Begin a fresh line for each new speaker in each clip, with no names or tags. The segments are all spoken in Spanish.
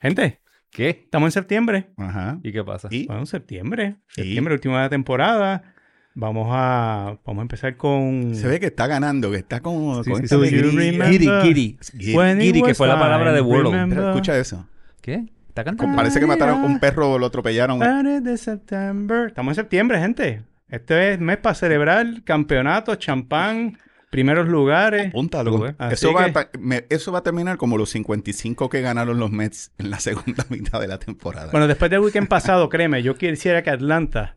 Gente,
¿Qué?
estamos en septiembre.
Ajá.
¿Y qué pasa?
Y
Bueno, en septiembre.
Sí.
Septiembre, última temporada. Vamos a, vamos a empezar con...
se ve que está ganando, que está como
Sí,
con
sí,
esta
sí, sí.
alegría.
Remember-
Giri, Giri.
Y-
When it
Giri, que
was
fue la palabra
time,
de World.
remember-
Mira, escucha eso.
¿Qué? ¿Está
Como
cantando?
parece que mataron un perro, lo atropellaron.
Ah.
Planet de septiembre. Estamos en septiembre, gente. Este es mes para celebrar campeonatos, champán, primeros lugares.
Apúntalo.
Así
Eso va,
que-
a ta- me- eso va a terminar como los 55 que ganaron los Mets en la segunda mitad de la temporada.
Bueno, después del weekend pasado, créeme, yo quisiera que Atlanta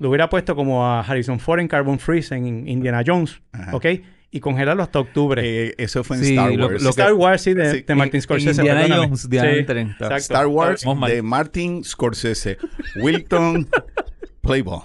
lo hubiera puesto como a Harrison Ford en Carbon Freeze en Indiana Jones,
Ajá.
¿ok? Y congelarlo hasta octubre.
Eh, eso fue en
Sí,
Star
lo-
Wars.
lo que-
Star Wars, sí, de,
sí,
de este Martin
en-
Scorsese.
en Indiana
perdóname.
Jones, de Atlanta.
exacto.
Star Wars
Oh, my.
de Martin Scorsese. Wilton Playboy.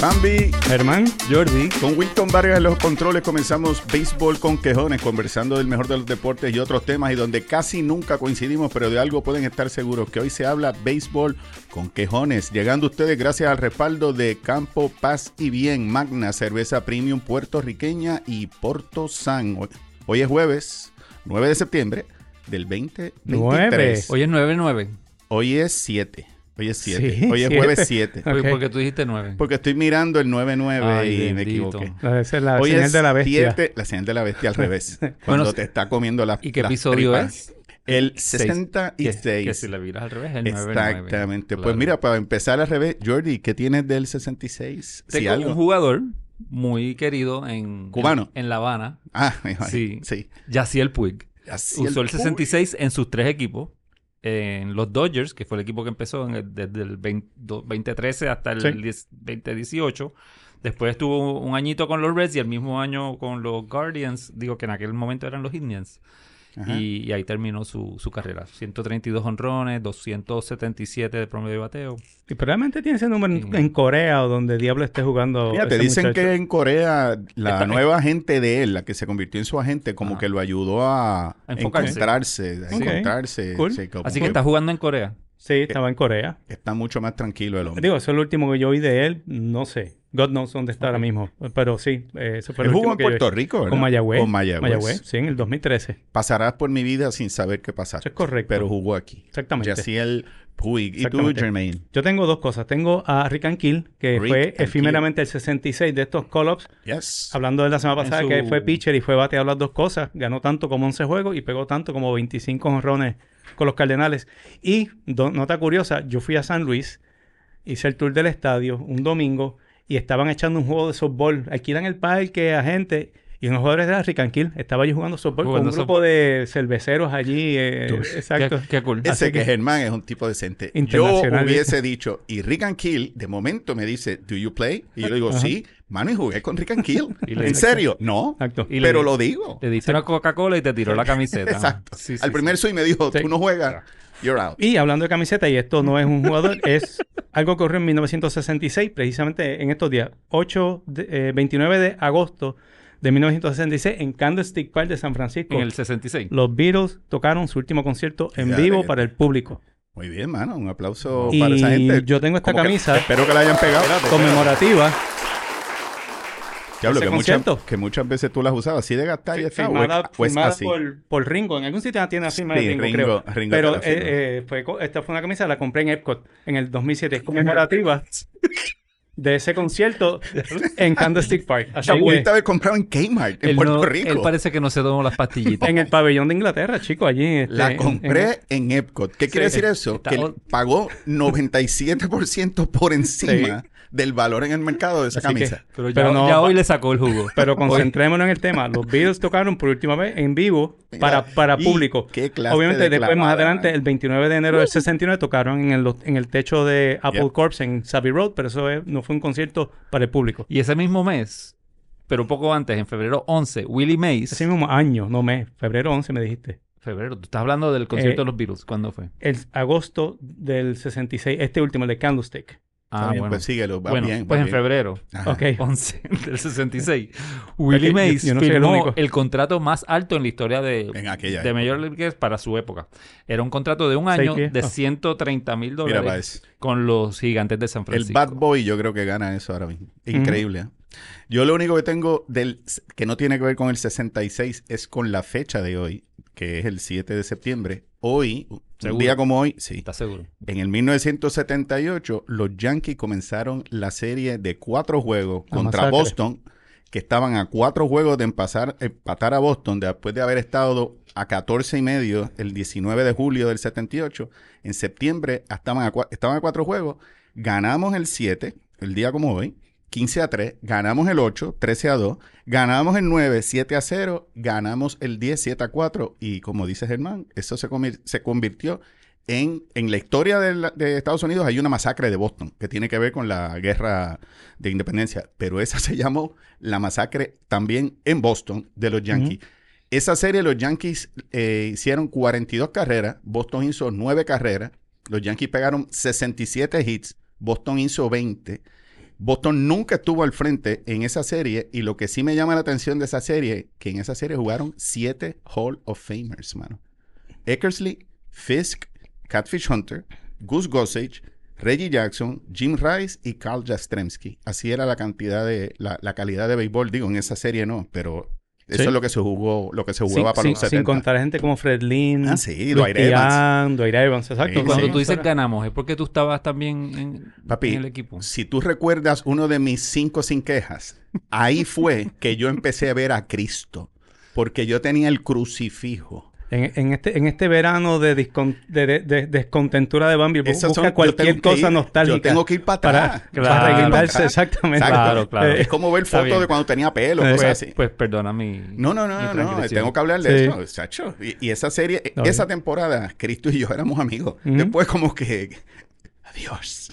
Bambi
Germán,
Jordi.
Con Wilton Vargas en los controles comenzamos Béisbol con Quejones, conversando del mejor de los deportes y otros temas y donde casi nunca coincidimos, pero de algo pueden estar seguros, que hoy se habla Béisbol con Quejones, llegando a ustedes gracias al respaldo de Campo Paz y Bien, Magna, cerveza premium puertorriqueña y Porto San. Hoy- Hoy es jueves, 9 de septiembre del 2023. Hoy,
Hoy es 9-9.
hoy es 7. Hoy es 7.
Sí,
hoy es
siete.
jueves 7.
Ok.
Porque tú dijiste 9.
Porque estoy mirando el 9-9
Ay,
y me
bendito.
equivoqué.
esa es la
Hoy
señal
es
de la bestia.
siete- la señal de la bestia al revés. cuando
Bueno,
te está comiendo la
¿Y qué
las
episodio
tripas.
es?
El
Seis. Que,
66.
que si la miras al revés, el 9-9.
Exactamente. Pues
Claro.
mira, para empezar al revés, Jordi, ¿qué tienes del 66? Si
Tengo un
algo.
jugador muy querido en...
Cubano.
En La Habana.
Ah, mi madre.
Sí.
sí.
Yaciel Puig.
Así
Usó el
público.
66 en sus tres equipos. En los Dodgers, que fue el equipo que empezó en el- desde el 20 do- 2013 hasta el
Sí.
10 2018. Después estuvo un añito con los Reds y el mismo año con los Guardians. Digo que en aquel momento eran los Indians.
Ajá.
Y, y ahí terminó su, su carrera. 132 honrones, 277 de promedio de bateo.
Y probablemente tiene ese número en,
Sí.
en Corea o donde Diablo esté jugando.
Mira, te
ese
dicen
muchacho.
que en Corea la
Está-
nueva gente de él, la que se convirtió en su agente, como
Ajá.
que lo ayudó a,
A enfocarse.
encontrarse, a
Ok.
encontrarse.
Cool.
Sí, como
Así que está jugando en Corea.
Sí, estaba en Corea.
está mucho más tranquilo el hombre.
Digo, eso es lo último que yo oí de él. No sé. God knows dónde está ahora mismo. Pero sí, eh, eso fue
Él
lo
jugó
último
en
que yo oí.
Puerto Rico, ¿verdad?
Con Mayagüez.
Con Mayagüez.
sí, en el 2013.
Pasarás por mi vida sin saber qué
Eso
pasaste.
es correcto.
Pero jugó aquí.
Exactamente.
Yaciel Puig. ¿Y tú,
Exactamente.
Jermaine?
Yo tengo dos cosas. Tengo a Rick and Kill, que
Rick
fue
and
efímeramente el 66 de estos call-ups.
Yes.
Hablando de la semana
En
pasada,
su-
que fue pitcher y fue bateado las dos cosas. Ganó tanto como 11 juegos y pegó tanto como 25 honrones con los Cardenales. Y, do- nota curiosa, yo fui a San Luis, hice el tour del estadio un domingo y estaban echando un juego de softball. Alquilan el parque a gente. Y unos jugadores de la Rick and Kill. Estaba yo jugando softball con
Jugando
un grupo de cerveceros allí. eh, exacto.
Qué, qué cool.
Ese
así
que,
que-
Germán es un tipo decente. Yo
Internacional. ¿eh?
hubiese dicho, y Rick and Kill, de momento me dice, ¿Do you play? Y yo le digo, sí, mano, y jugué con Rick and Kill.
Y le-
¿En serio? No.
Exacto. Ah,
Y
pero
le-
lo digo.
Te diste una Coca-Cola y te tiró la camiseta.
Exacto.
Sí, sí,
Al
sí.
primer swing me dijo,
Sí.
tú no juegas, you're out.
Y hablando de camiseta, y esto no es un jugador, es algo que ocurrió en 1966, precisamente en estos días, 8 de- eh, 29 de agosto de 1966, en Candlestick Park de San Francisco.
En el 66.
Los Beatles tocaron su último concierto en
Ya,
vivo
ya.
para el público.
Muy bien, mano. Un aplauso
Y
para esa gente.
yo tengo esta
Como que-
camisa
espero que la hayan pegado.
conmemorativa.
Diablo,
ese
que, muchas-
concierto.
que muchas veces tú las usabas así de gastar y está, o es-
firmada
o
firmada
es pues, así.
por, por Ringo. En algún sitio tiene la firma
Sí,
de Ringo,
Ringo-
creo.
Ringo
Pero
te la firma.
eh, eh, fue co- esta fue una camisa, la compré en Epcot en el 2007. Es conmemorativa de ese concierto en Candlestick Park. Así
La
que,
pudiste haber comprado en Kmart, en
Él
Puerto
no-
Rico.
Él parece que no se tomó las pastillitas.
en el pabellón de Inglaterra, chicos, allí. este,
La
en- en-
compré en, Epcot. ¿Qué quiere decir eso?
eh, Está
que
o-
él pagó 97% por encima del valor en el mercado de esa
Así que-
camisa.
Pero, ya,
Pero no-
ya hoy le sacó el jugo.
pero concentrémonos en el tema. Los Beatles tocaron por última vez en vivo para, para
Y
público.
qué clase
Obviamente,
de
después, más
clavada. ¿eh? Uh.
adelante, el 29 de enero del 69, tocaron en el, en el techo de Apple
Yep.
Corps en Savvy Road, pero eso es- no fue un concierto para el público.
Y ese mismo mes, pero un poco antes, en febrero 11, Willie Mays.
Ese mismo año, no mes, febrero 11 me dijiste.
Febrero, tú estás hablando del concierto
Eh,
de los Beatles. ¿Cuándo fue?
El agosto del 66, este último, el de Candlestick.
Está bien, pues síguelo, va
ah, Bueno,
bien, va
pues en
bien.
febrero
Ajá.
Ok.
11 del 66, Willie
yo-
Mays
yo no soy el
firmó
único.
el contrato más alto en la historia de,
En aquella
de
época.
Major League Guest para su época. Era un contrato de un
Seis
año
pies.
de
Ah.
130 mil
Mira, pa'
dólares
eso.
con los gigantes de San
El
Francisco.
Bad Boy yo creo que gana eso ahora mismo. Increíble. ¿eh? Yo lo único que tengo del que no tiene que ver con el 66 es con la fecha de hoy, que es el 7 de septiembre. Hoy, un
¿Seguro?
día como hoy, sí.
¿Estás seguro?
En el 1978, los Yankees comenzaron la serie de cuatro juegos
La
contra
masacre.
Boston, que estaban a cuatro juegos de empasar- empatar a Boston después de haber estado a 14 y medio el 19 de julio del 78. En septiembre estaban a, cua- estaban a cuatro juegos. Ganamos el 7, el día como hoy, 15 a 3. Ganamos el 8, 13 a 2. Ganamos el 9, 7 a 0. Ganamos el 10, 7 a 4. Y como dice Germán, eso se, convir- se convirtió en, en la historia de, la- de Estados Unidos hay una masacre de Boston que tiene que ver con la guerra de independencia, pero esa se llamó la masacre también en Boston de los Yankees. Esa serie los Yankees eh, hicieron 42 carreras, Boston hizo 9 carreras, los Yankees pegaron 67 hits, Boston hizo 20. Boston nunca estuvo al frente en esa serie y lo que sí me llama la atención de esa serie, que en esa serie jugaron 7 Hall of Famers, mano. Eckersley, Fisk, Catfish Hunter, Gus Gossage, Reggie Jackson, Jim Rice y Carl Jastremski. Así era la cantidad de la, la calidad de béisbol, digo, en esa serie no, pero eso
Sí.
es lo que se jugó, lo que se
Sin,
jugaba para
sin-
los
sin
70.
contar gente como Fred Lynn,
Ah, sí,
Luis
Dwayne Evans.
Tian, Dwayne Evans, exacto.
Sí,
Cuando
sí.
tú dices ganamos, es porque tú estabas también en,
Papi,
en el equipo.
Si tú recuerdas uno de mis cinco sin quejas, ahí fue que yo empecé a ver a Cristo, porque yo tenía el crucifijo.
En, en este, en este verano de, discon- de- de- de descontentura de Bambi, bu-
Esas
busca
son- yo tengo
cualquier
que
cosa
ir-
nostálgica.
Yo tengo que ir para atrás.
para,
Claro.
para
Para
reguindarse,
atrás.
exactamente.
Claro, claro.
Eh,
Es como ver
Está
fotos
bien.
de cuando tenía pelo,
Eh,
cosas
Pues,
así.
pues perdona mi.
No, no,
mi
no, no,
transgresión.
tengo que hablar de
Sí.
eso, chacho. Y, y esa serie,
No,
esa
bien.
temporada, Cristo y yo éramos amigos.
Ujú.
Después como que, adiós.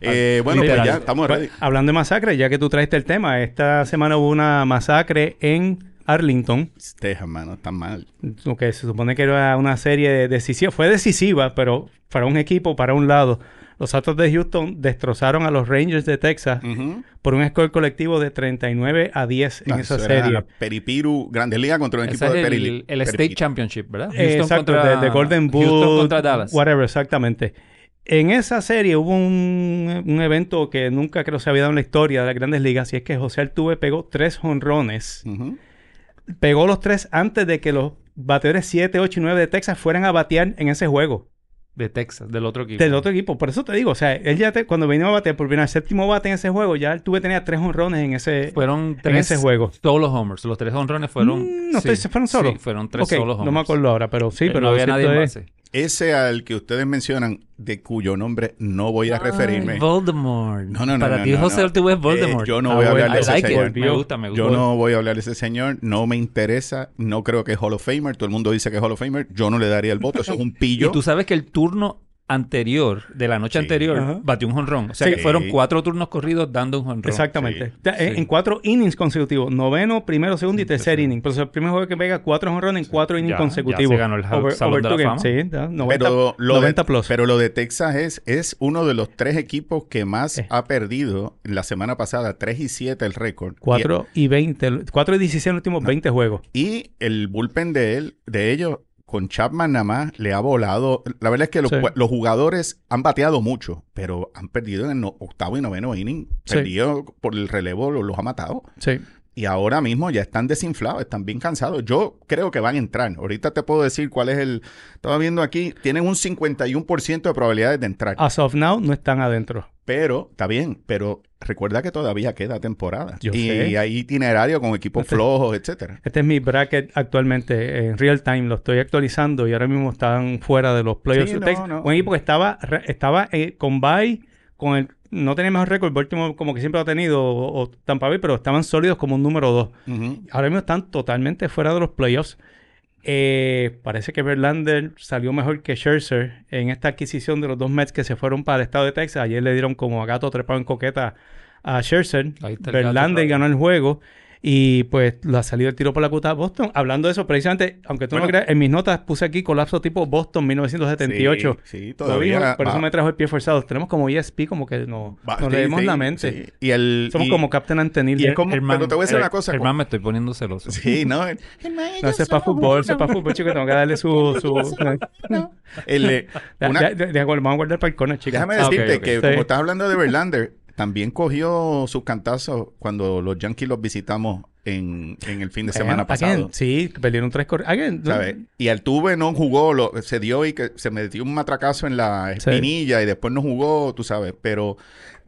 Eh, bueno, pues
literal.
ya estamos ready.
hablando de masacre, ya que tú traiste el tema, esta semana hubo una masacre en Arlington,
Ustedes, hermano, están mal.
lo que se supone que era una serie de decisiva, fue decisiva, pero para un equipo, para un lado. Los Astros de Houston destrozaron a los Rangers de Texas
Ujú.
por un score colectivo de 39 a 10 en
No,
esa
Ah, eso era
serie.
Peripiru, Grandes Ligas contra un
Ese
equipo
es
de
el,
Perili-
el State
Peripiru.
Championship, ¿verdad?
Eh, Exacto, de, de Golden Boot,
Houston contra Dallas.
whatever, exactamente. En esa serie hubo un, un evento que nunca creo se había dado en la historia de las grandes ligas, y es que José Altuve pegó tres jonrones.
Ujú.
Pegó los tres antes de que los bateadores 7, 8 y 9 de Texas fueran a batear en ese juego
De Texas, del otro equipo.
del otro equipo. Por eso te digo, o sea, él ya te- cuando vino a batear por primera el séptimo bate en ese juego, ya Altuve tenía tres jonrones en ese,
Fueron tres
en ese juego.
solo homers. Los tres honrones fueron.
Mm, no
sí,
estoy- ¿fueron solo?
Sí, fueron tres
Ok,
solo homers.
No me acuerdo ahora, pero sí,
Eh,
pero
no
lo
había nadie
cierto
en
es-
base.
Ese al que ustedes mencionan, de cuyo nombre no voy a referirme.
Ay, Voldemort.
No, no, no,
Para
no,
ti,
no,
José
no.
Altuve es
Eh,
Voldemort.
yo no
Ah,
voy a
bueno,
hablar de
I
ese
like it.
señor.
Me gusta, me gusta.
Yo no voy a hablar de ese señor, no me interesa, no creo que es Hall of Famer, todo el mundo dice que es Hall of Famer, yo no le daría el voto, eso es un pillo.
Y tú sabes que el turno anterior, de la noche
Sí.
anterior,
Ajá.
batió un jonrón. O sea
Sí.
que fueron cuatro turnos corridos dando un jonrón.
Exactamente.
Sí.
O sea, En,
Sí.
en cuatro innings consecutivos. Noveno, primero, segundo y tercer inning. Pero es el primer juego que pega cuatro jonrones en cuatro innings
Ya, ya
consecutivos.
se ganó el Hall- Salón de la
two
Fama.
games. Sí, ya, 90,
pero, lo
90
de,
plus.
pero lo de Texas es, es uno de los tres equipos que más
Eh.
ha perdido la semana pasada, 3 y 7 el récord.
Cuatro y 20. 4 y 16 en los últimos 20 juegos.
Y el bullpen de él, de ellos, con Chapman nada más, le ha volado. La verdad es que los,
Sí.
los jugadores han bateado mucho, pero han perdido en el no- octavo y noveno inning.
Sí.
Perdido por el relevo, lo- los ha matado.
Sí.
Y ahora mismo ya están desinflados, están bien cansados. Yo creo que van a entrar. Ahorita te puedo decir cuál es el. Estaba viendo aquí, tienen un 51% de probabilidades de entrar.
As of now, no están adentro.
Pero, está bien, pero recuerda que todavía queda temporada.
Yo
y
sé.
hay itinerario con equipos
Este-
flojos, etcétera.
Este es mi bracket actualmente en real time. Lo estoy actualizando y ahora mismo están fuera de los playoffs.
Sí,
de
no,
Texas.
no.
Un equipo que estaba, re- estaba eh, con bye, con el, no tenía mejor récord. Baltimore como que siempre lo ha tenido, o, o Tampa Bay, pero estaban sólidos como un número dos.
Ujú.
ahora mismo están totalmente fuera de los playoffs. Eh, parece que Verlander salió mejor que Scherzer en esta adquisición de los dos Mets que se fueron para el estado de Texas. Ayer le dieron como a gato trepado en coqueta a Scherzer.
Ahí está el gato,
Verlander
claro.
ganó el juego. Y pues la salida del tiro por la cuta a Boston. Hablando de eso, precisamente, aunque tú no
Bueno.
me creas, en mis notas puse aquí colapso tipo Boston 1978.
Sí, sí,
Lo
todavía
dijo, por
va-
eso me trajo el pie forzado. Tenemos como ESP, como que nos,
va-
nos
sí,
leemos
sí,
la mente.
sí. Y el,
Somos
y-
como Captain Antenil.
y es como- pero te voy a decir
Her-
una cosa.
Hermano, me estoy poniendo celoso.
Sí, no. el-
No, eso es para fútbol, eso es para fútbol, chicos. Tengo que darle su... su...
el, eh, una-
Ya- ya- ya, vamos a guardar para el corner, chicos.
Déjame
Ah, ok,
decirte
ok.
que
Sí.
como estás hablando de Verlander, también cogió sus cantazos cuando los Yankees los visitamos en, en el fin de semana
Again,
pasado.
Eh, Sí, perdieron tres corredores.
¿sabes? Y Altuve no jugó, lo- se dio y que se metió un matracazo en la
Sí.
espinilla y después no jugó, tú sabes, pero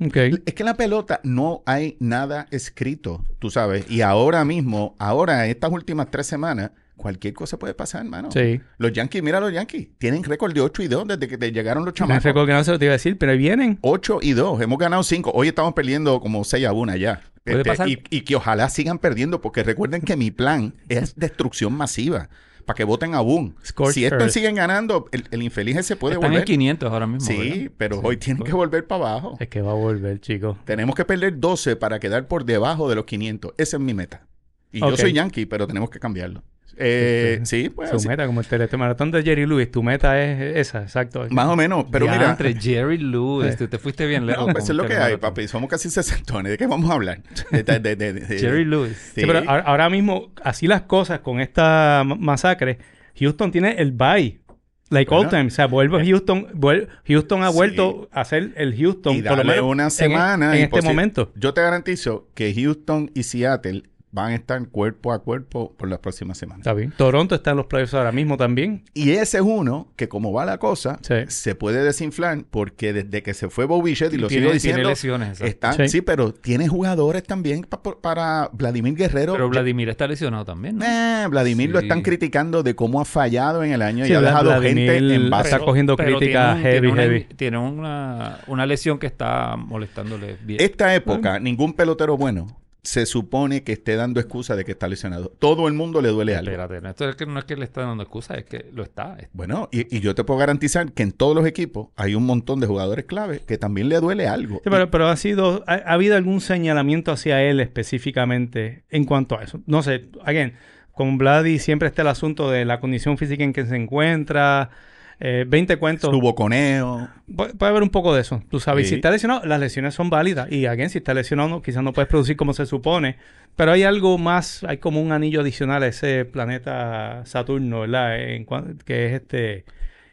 es que en la pelota no hay nada escrito, tú sabes, y ahora mismo, ahora estas últimas tres semanas, cualquier cosa puede pasar, hermano.
Sí.
Los Yankees, mira los Yankees, tienen récord de 8 y 2 desde que te llegaron los
Me
chamacos.
recuerdo que no se lo te iba a decir, pero ahí vienen.
8 y 2. Hemos ganado 5. Hoy estamos perdiendo como 6 a 1 ya.
Puede
Este,
pasar.
y, y que ojalá sigan perdiendo, porque recuerden que mi plan es destrucción masiva para que voten a Boone.
Scorch
si estos
earth.
siguen ganando, el, el infeliz ese puede
Están en
volver.
500 ahora mismo.
Sí,
¿verdad?
pero
Sí.
hoy tienen que volver para abajo.
Es que va a volver, chicos.
Tenemos que perder 12 para quedar por debajo de los 500. Esa es mi meta. Y yo
Ok.
soy yankee, pero tenemos que cambiarlo. Eh,
Este,
sí, pues.
Su
así-
meta, como el telemaratón de Jerry Lewis, tu meta es esa, exacto.
Más o menos, pero mira.
entre Jerry Lewis, tú te fuiste bien lejos.
No, pues
con
es lo que hay,
Terminator.
papi. Somos casi sesentones. ¿De qué vamos a hablar? De- de- de- de- de-
Jerry Lewis.
Sí,
Sí.
pero ahora, ahora mismo, así las cosas con esta ma- masacre, Houston tiene el bye. Like
Bueno. Eh.
all time. O sea, vuelve Houston, vuel- Houston ha
Sí.
vuelto a ser el Houston.
y
por lo
darle
menos
una
en-
semana.
En, este
imposible.
momento.
Yo te garantizo que Houston y Seattle van a estar cuerpo a cuerpo por las próximas semanas.
Está bien. Toronto está en los playoffs ahora mismo también.
Y ese es uno que como va la cosa,
Sí.
se puede desinflar porque desde que se fue Bobby Shetty, lo
tiene,
sigo
tiene
diciendo,
lesiones. exacto.
está, sí.
Sí.
pero tiene jugadores también pa- por- para Vladimir Guerrero.
Pero
Yo-
Vladimir está lesionado también, ¿no?
Eh, Vladimir lo
Sí.
están criticando de cómo ha fallado en el año
Sí,
y ha
Vla-
dejado
Vladimir
gente en base.
está cogiendo críticas
tiene
heavy,
tiene
heavy.
Tiene una, una lesión que está molestándole bien.
Esta época, ningún pelotero bueno se supone que esté dando excusa de que está lesionado. Todo el mundo le duele algo.
Espérate, no, esto es que no es que le está dando excusa, es que lo está. es-
Bueno, y, y yo te puedo garantizar que en todos los equipos hay un montón de jugadores clave que también le duele algo.
Sí, pero, pero ha sido, ha, ha habido algún señalamiento hacia él específicamente en cuanto a eso. No sé, again, con Vladi siempre está el asunto de la condición física en que se encuentra, eh, 20 cuentos.
Su boconeo.
Pu- Puede haber un poco de eso, tú sabes. Y
Sí.
Si está lesionado, las lesiones son válidas. Y again, si está lesionado, no- quizás no puedes producir como se supone. Pero hay algo más, hay como un anillo adicional a ese planeta Saturno, ¿verdad? En cuan- que es este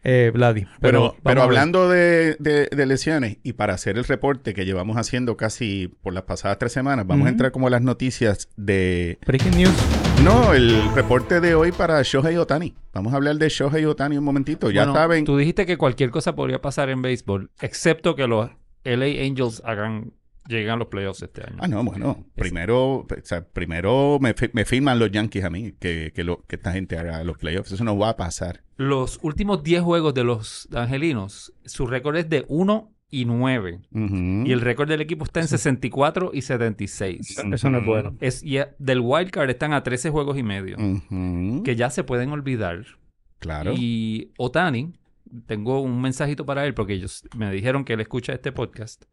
eh, Vladi.
Pero,
vamos
pero
a ver.
hablando de, de- de lesiones y para hacer el reporte que llevamos haciendo casi por las pasadas tres semanas, vamos a
Ujú.
entrar como a las noticias de...
Breaking news.
No, el reporte de hoy para Shohei Otani. Vamos a hablar de Shohei Otani un momentito. Pues Ya
Bueno,
saben...
Tú dijiste que cualquier cosa podría pasar en béisbol, excepto que los LA Angels hagan, lleguen a los playoffs este año.
Ah, no, bueno.
Es-
Primero, o sea, primero me, fi- me firman los Yankees a mí que, que lo, que esta gente haga los playoffs. Eso no va a pasar.
Los últimos 10 juegos de los angelinos, su récord es de 1 y 9.
Ujú.
Y el récord del equipo está en 64 y 76.
Eso no es bueno.
Es, y eh, del wild card están a 13 juegos y medio,
Ujú.
que ya se pueden olvidar.
Mm. Claro.
Y Otani, tengo un mensajito para él porque ellos me dijeron que él escucha este podcast.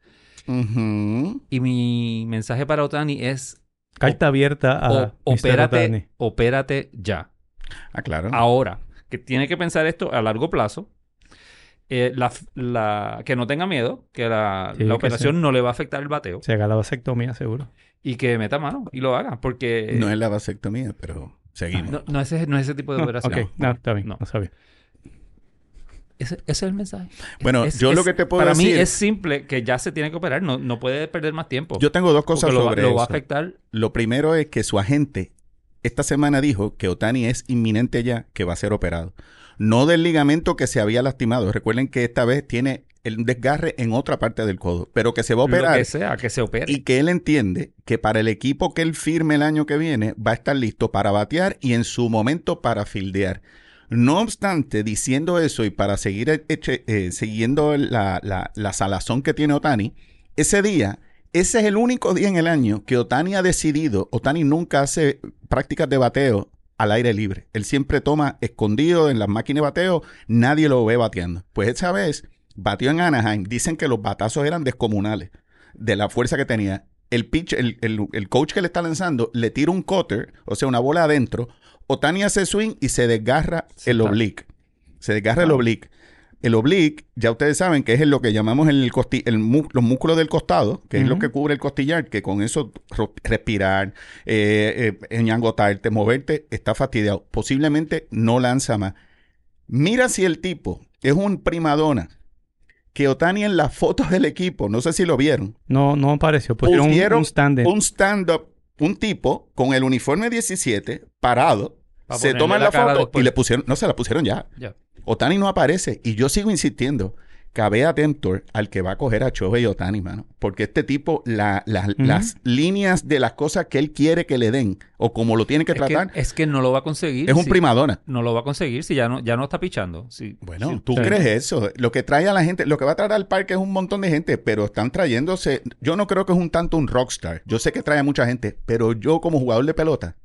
Ujú.
Y mi mensaje para Otani es,
Carta abierta a
o-
Mr. Ohtani.
opérate, opérate ya.
Ah, claro.
Ahora, que tiene que pensar esto a largo plazo. Eh, la, la- que no tenga miedo, que la,
Sí,
la
que
operación no le va a afectar el bateo
Se haga la vasectomía, seguro.
y que meta mano y lo haga, porque
no es la vasectomía, pero seguimos.
eh, no, no es ese, no es ese tipo de
No,
operación.
ok, no, está bien,
No.
no, sabía.
Ese, ese es el mensaje.
Bueno,
Es-
yo
es-
lo que te puedo
para
decir-
mí es simple que ya se tiene que operar, no, no puede perder más tiempo.
Yo tengo dos cosas
porque lo, va-
sobre
lo
eso.
va a afectar.
Lo primero es que su agente esta semana dijo que Otani es inminente ya que va a ser operado. No del ligamento que se había lastimado. Recuerden que esta vez tiene el desgarre en otra parte del codo, pero que se va a
Lo
operar
que sea, que se opere.
y que él entiende que para el equipo que él firme el año que viene va a estar listo para batear y en su momento para fildear. No obstante, diciendo eso y para seguir eh, eche- eh, siguiendo la, la- la salazón que tiene Otani, ese día, ese es el único día en el año que Otani ha decidido, Otani nunca hace prácticas de bateo al aire libre. Él siempre toma escondido en las máquinas de bateo, nadie lo ve bateando. Pues esa vez batió en Anaheim, dicen que los batazos eran descomunales de la fuerza que tenía. el pitch, el, el- el coach que le está lanzando, le tira un cutter, o sea, una bola adentro. Otani hace swing y se desgarra
Sí,
el
está.
oblique. Se desgarra el oblique. El oblique, ya ustedes saben que es lo que llamamos el costi- el mu- los músculos del costado, que es lo
Ujú.
que cubre el costillar, que con eso ro- respirar, eh, eh, ñangotarte, moverte, está fastidiado. Posiblemente no lanza más. Mira si el tipo es un primadona. Que Otani en las fotos del equipo, no sé si lo vieron,
No, no apareció. Pusieron un-
Pusieron
un stand
un stand-up, un tipo con el uniforme 17 parado,
Pa'
se
ponerle
toman la,
la cara
foto
después.
y le pusieron, no se la pusieron ya.
Ya.
Otani no aparece y yo sigo insistiendo. Cabe atento al que va a coger a Chobe y Otani, mano. Porque este tipo, la- la- las líneas de las cosas que él quiere que le den o como lo tiene que
es,
tratar,
que, es que no lo va a conseguir.
es un
si-
primadona.
No lo va a conseguir si ya no, ya no está pichando. Si,
Bueno,
si-
¿tú
sí.
crees eso? Lo que trae a la gente, lo que va a traer al parque es un montón de gente, pero están trayéndose. Yo no creo que es un tanto un rockstar. Yo sé que trae a mucha gente, pero yo como jugador de pelota,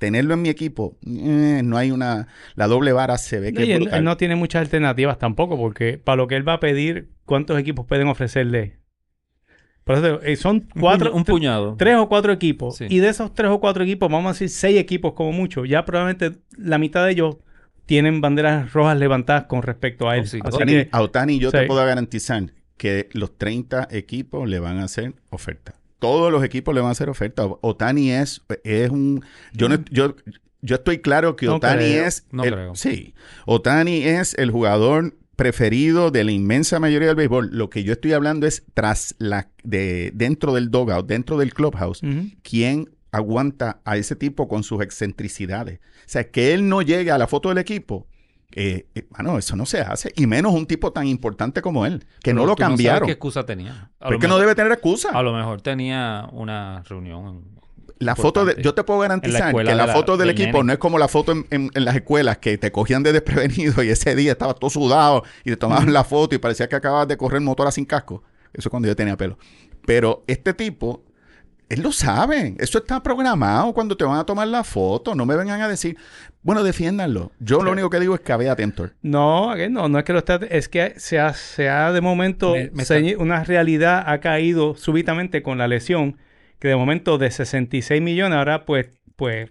tenerlo en mi equipo, eh, no hay una. La doble vara se ve que
Y
es
él,
brutal.
él no tiene muchas alternativas tampoco, porque para lo que él va a pedir, ¿cuántos equipos pueden ofrecerle? Por eso, te digo, eh, son
Un
cuatro,
puño- un puñado.
tres o cuatro equipos.
Sí.
Y de esos tres o cuatro equipos, vamos a decir seis equipos como mucho. Ya probablemente la mitad de ellos tienen banderas rojas levantadas con respecto a él.
Oh, sí.
Así
Otani-
que-
a Otani yo te
Sí.
puedo garantizar que los 30 equipos le van a hacer oferta. Todos los equipos le van a hacer oferta. O- Otani es, es un... Yo, no- yo, yo estoy claro que
No
Otani
creo,
es...
no
el-
creo.
Sí. Otani es el jugador preferido de la inmensa mayoría del béisbol. Lo que yo estoy hablando es tras la... De, dentro del dugout, dentro del clubhouse.
Ujú.
¿Quién aguanta a ese tipo con sus excentricidades? O sea, que él no llegue a la foto del equipo. Eh, eh, mano, eso no se hace. Y menos un tipo tan importante como él, que no
Pero
lo
tú sabes
cambiaron.
¿Qué excusa tenía? A
Pero
lo
es que no
mejor-
debe tener excusa.
A lo mejor tenía una reunión.
La foto de,
importante.
yo te puedo
En la
garantizar
escuela
que la,
de la-
foto del
del
equipo
nene.
no es como la foto en, en- en las escuelas que te cogían de desprevenido y ese día estaba todo sudado y te tomaban la foto y parecía que acababas de correr motora sin casco. Eso es cuando yo tenía pelo. Pero este tipo, él lo sabe. Eso está programado cuando te van a tomar la foto. No me vengan a decir, bueno, defiéndanlo. Yo lo único que digo es que había atento.
No, que no, no es que lo está, es que se ha, se ha de momento,
Me- me
ceñi- una realidad ha caído súbitamente con la lesión, que de momento de 66 millones, ahora pues, pues,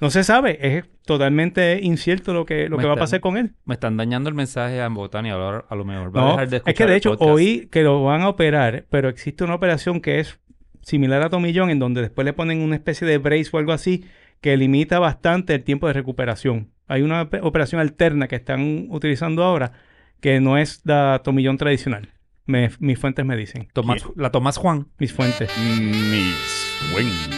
no se sabe, es totalmente incierto lo que, lo
Me
que va a
está-
pasar con él.
Me están dañando el mensaje a Botani. Ahora a lo mejor va a
No,
dejar de escuchar
es que de
el
hecho
podcast.
oí que lo van a operar, pero existe una operación que es similar a Tomillón, en donde después le ponen una especie de brace o algo así, que limita bastante el tiempo de recuperación. Hay una op- operación alterna que están utilizando ahora, que no es la Tomillón tradicional. Me- mis fuentes me dicen.
Tomás- la Tomás Juan
Mis fuentes.
Mis
es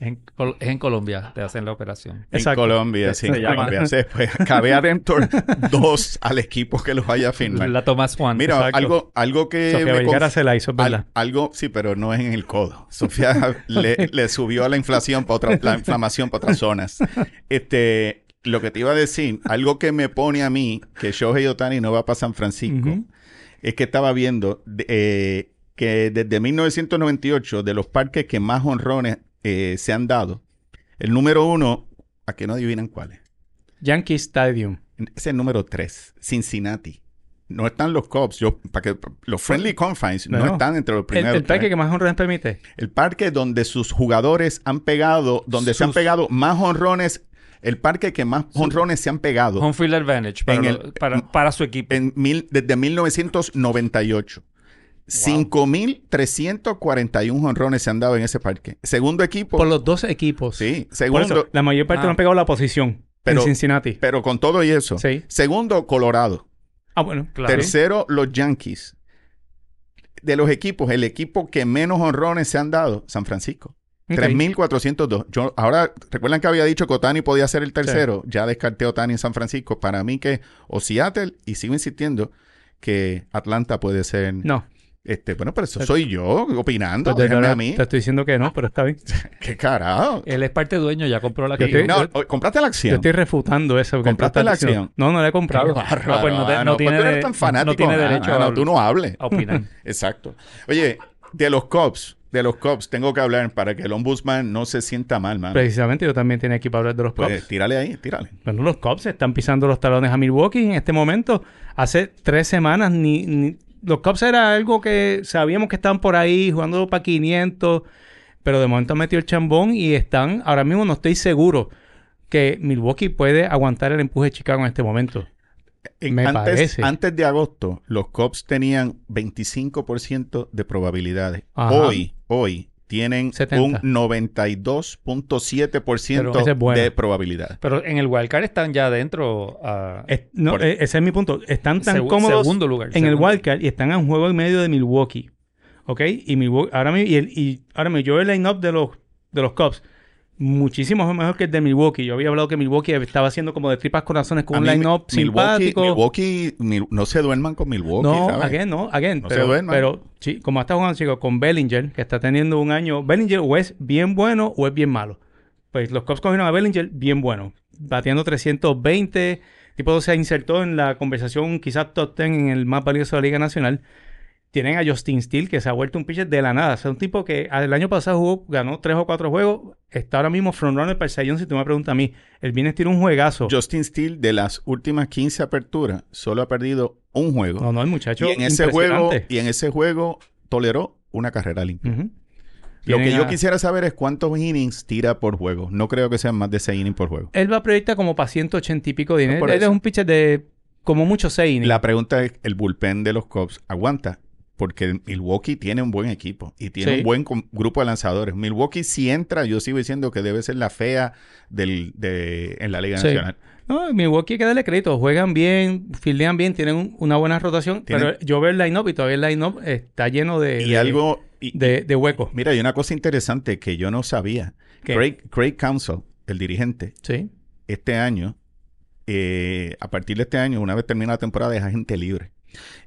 en, en Col- es en Colombia. Te hacen la operación.
Exacto.
En Colombia,
Se-
sí, en
se llama.
Colombia. Sí, pues, acabé adentro dos al equipo que los vaya a firmar.
La Tomás Juan.
Mira,
Exacto.
algo, algo que.
Sofía
me
Vergara
conf-
se la hizo, es
al-
¿verdad?
algo, sí, pero no es en el codo. Sofía le, le subió la inflación para otra, la inflamación para otras zonas. Este, lo que te iba a decir, algo que me pone a mí que Shohei Otani no va para San Francisco,
Ujú.
es que estaba viendo de- eh, que desde 1998, de los parques que más honrones eh, se han dado, el número uno, a que no adivinan cuál es.
Yankee Stadium.
Es el número 3, Cincinnati. No están los Cubs. Yo, para que, los Friendly Confines no,
Claro.
están entre los
El,
primeros.
el parque que más honores permite.
El parque donde sus jugadores han pegado, donde se han
Sus-
pegado más honrones, el parque que más honrones se han pegado
Home field advantage para,
En
lo-
el-
para, para su equipo.
en mil- desde 1998. 5.341 honrones se han dado en ese parque. Segundo equipo.
Por los dos equipos.
sí,
Por eso,
segundo.
la mayor parte
Ah.
no han pegado la posición
Pero-
en Cincinnati.
Pero con todo y eso.
Sí.
Segundo, Colorado.
ah, bueno.
Claro.
Tercero, los Yankees. De los equipos, el equipo que menos honrones se han dado, San Francisco.
Ok.
3.402. Yo, ahora, ¿recuerdan que había dicho que Otani podía ser el tercero? Ya descarté a Otani en San Francisco. Para mí que o Seattle, y sigo insistiendo, que Atlanta puede ser...
No.
Este, bueno, pero eso soy yo opinando.
Pues de
déjenme
verdad,
a mí.
Te estoy diciendo que no, pero está bien.
¡Qué carajo!
Él es parte dueño, ya compró la
Yo
que
estoy-
No, o- compraste la
Yo
acción.
estoy refutando eso. porque tú
¿Compraste
estás
la
diciendo-
acción?
No, no la he comprado.
Bárbaro,
Ah, pues no te- no
mano.
tiene
tú eres
de-
tan
no
fanático.
tiene
mano.
derecho a
No,
hablar.
tú no hables.
a opinar.
Exacto. Oye, de los cops, de los cops, tengo que hablar para que el ombudsman no se sienta mal, man.
Precisamente yo también tenía aquí para hablar de los
Pues
Cubs.
tírale ahí, tírale.
Bueno, los Cubs están pisando los talones a Milwaukee en este momento. Hace tres semanas ni, ni- los Cubs era algo que sabíamos que estaban por ahí jugando para 500, pero de momento han metido el chambón y están, ahora mismo no estoy seguro que Milwaukee puede aguantar el empuje de Chicago en este momento.
En-
Me
antes,
parece.
antes de agosto, los Cubs tenían 25% de probabilidades.
Ajá.
Hoy, hoy, tienen
70.
un 92.7%
Pero ese es bueno.
de probabilidades.
Pero en el wildcard están ya dentro a
Es- no,
Por-
eh, ese es mi punto. Están tan
segu-
cómodos
segundo lugar.
en el
segundo.
wildcard y están a un juego y medio de Milwaukee. ¿Ok? Y Milwaukee, ahora mismo, y, el- y ahora mismo yo veo el line-up de los, de los Cubs. Muchísimo mejor que el de Milwaukee. Yo había hablado que Milwaukee estaba haciendo como de tripas corazones con
A
un
mí,
line-up
Milwaukee-
simpático.
Milwaukee, Mil- no se duerman con Milwaukee.
no,
¿sabes?
again, no, again.
No se
pero,
duerman.
pero, sí, como está jugando chico, con Bellinger, que está teniendo un año. Bellinger o es bien bueno o es bien malo. Pues los Cubs cogieron a Bellinger bien bueno. Batiendo 320. Tipo se insertó en la conversación quizás top 10 en el más valioso de la Liga Nacional. Tienen a Justin Steele, que se ha vuelto un pitcher de la nada. O sea, un tipo que el año pasado jugó, ganó tres o cuatro juegos. Está ahora mismo frontrunner para el Cy Young, si tú me preguntas a mí. Él viene a tirar un juegazo.
Justin Steele, de las últimas 15 aperturas, solo ha perdido un juego.
no, no, el muchacho
y en ese juego,
impresionante.
y en ese juego toleró una carrera limpia.
Ujú.
Lo que
Tienen
yo
a-
quisiera saber es cuántos innings tira por juego. No creo que sean más de 6 innings por juego.
Él va a proyectar como para 180 y pico de
No,
dinero.
por
Él
eso.
es un pitcher de como mucho 6 innings.
La pregunta es, ¿el bullpen de los Cubs aguanta? Porque Milwaukee tiene un buen equipo y tiene
Sí.
un buen com- grupo de lanzadores. Milwaukee si entra, yo sigo diciendo que debe ser la fea del, de, en la Liga
Sí.
Nacional.
No, Milwaukee hay que darle crédito. Juegan bien, fildean bien, tienen un- una buena rotación.
Tienen-
Pero yo veo el line-up y todavía el line-up está lleno de,
Y
de-
algo... y-
de, de huecos.
Mira, hay una cosa interesante que yo no sabía.
¿Qué?
Craig, Craig Council, el dirigente,
Sí.
este año, eh, a partir de este año, una vez termina la temporada, es agente libre.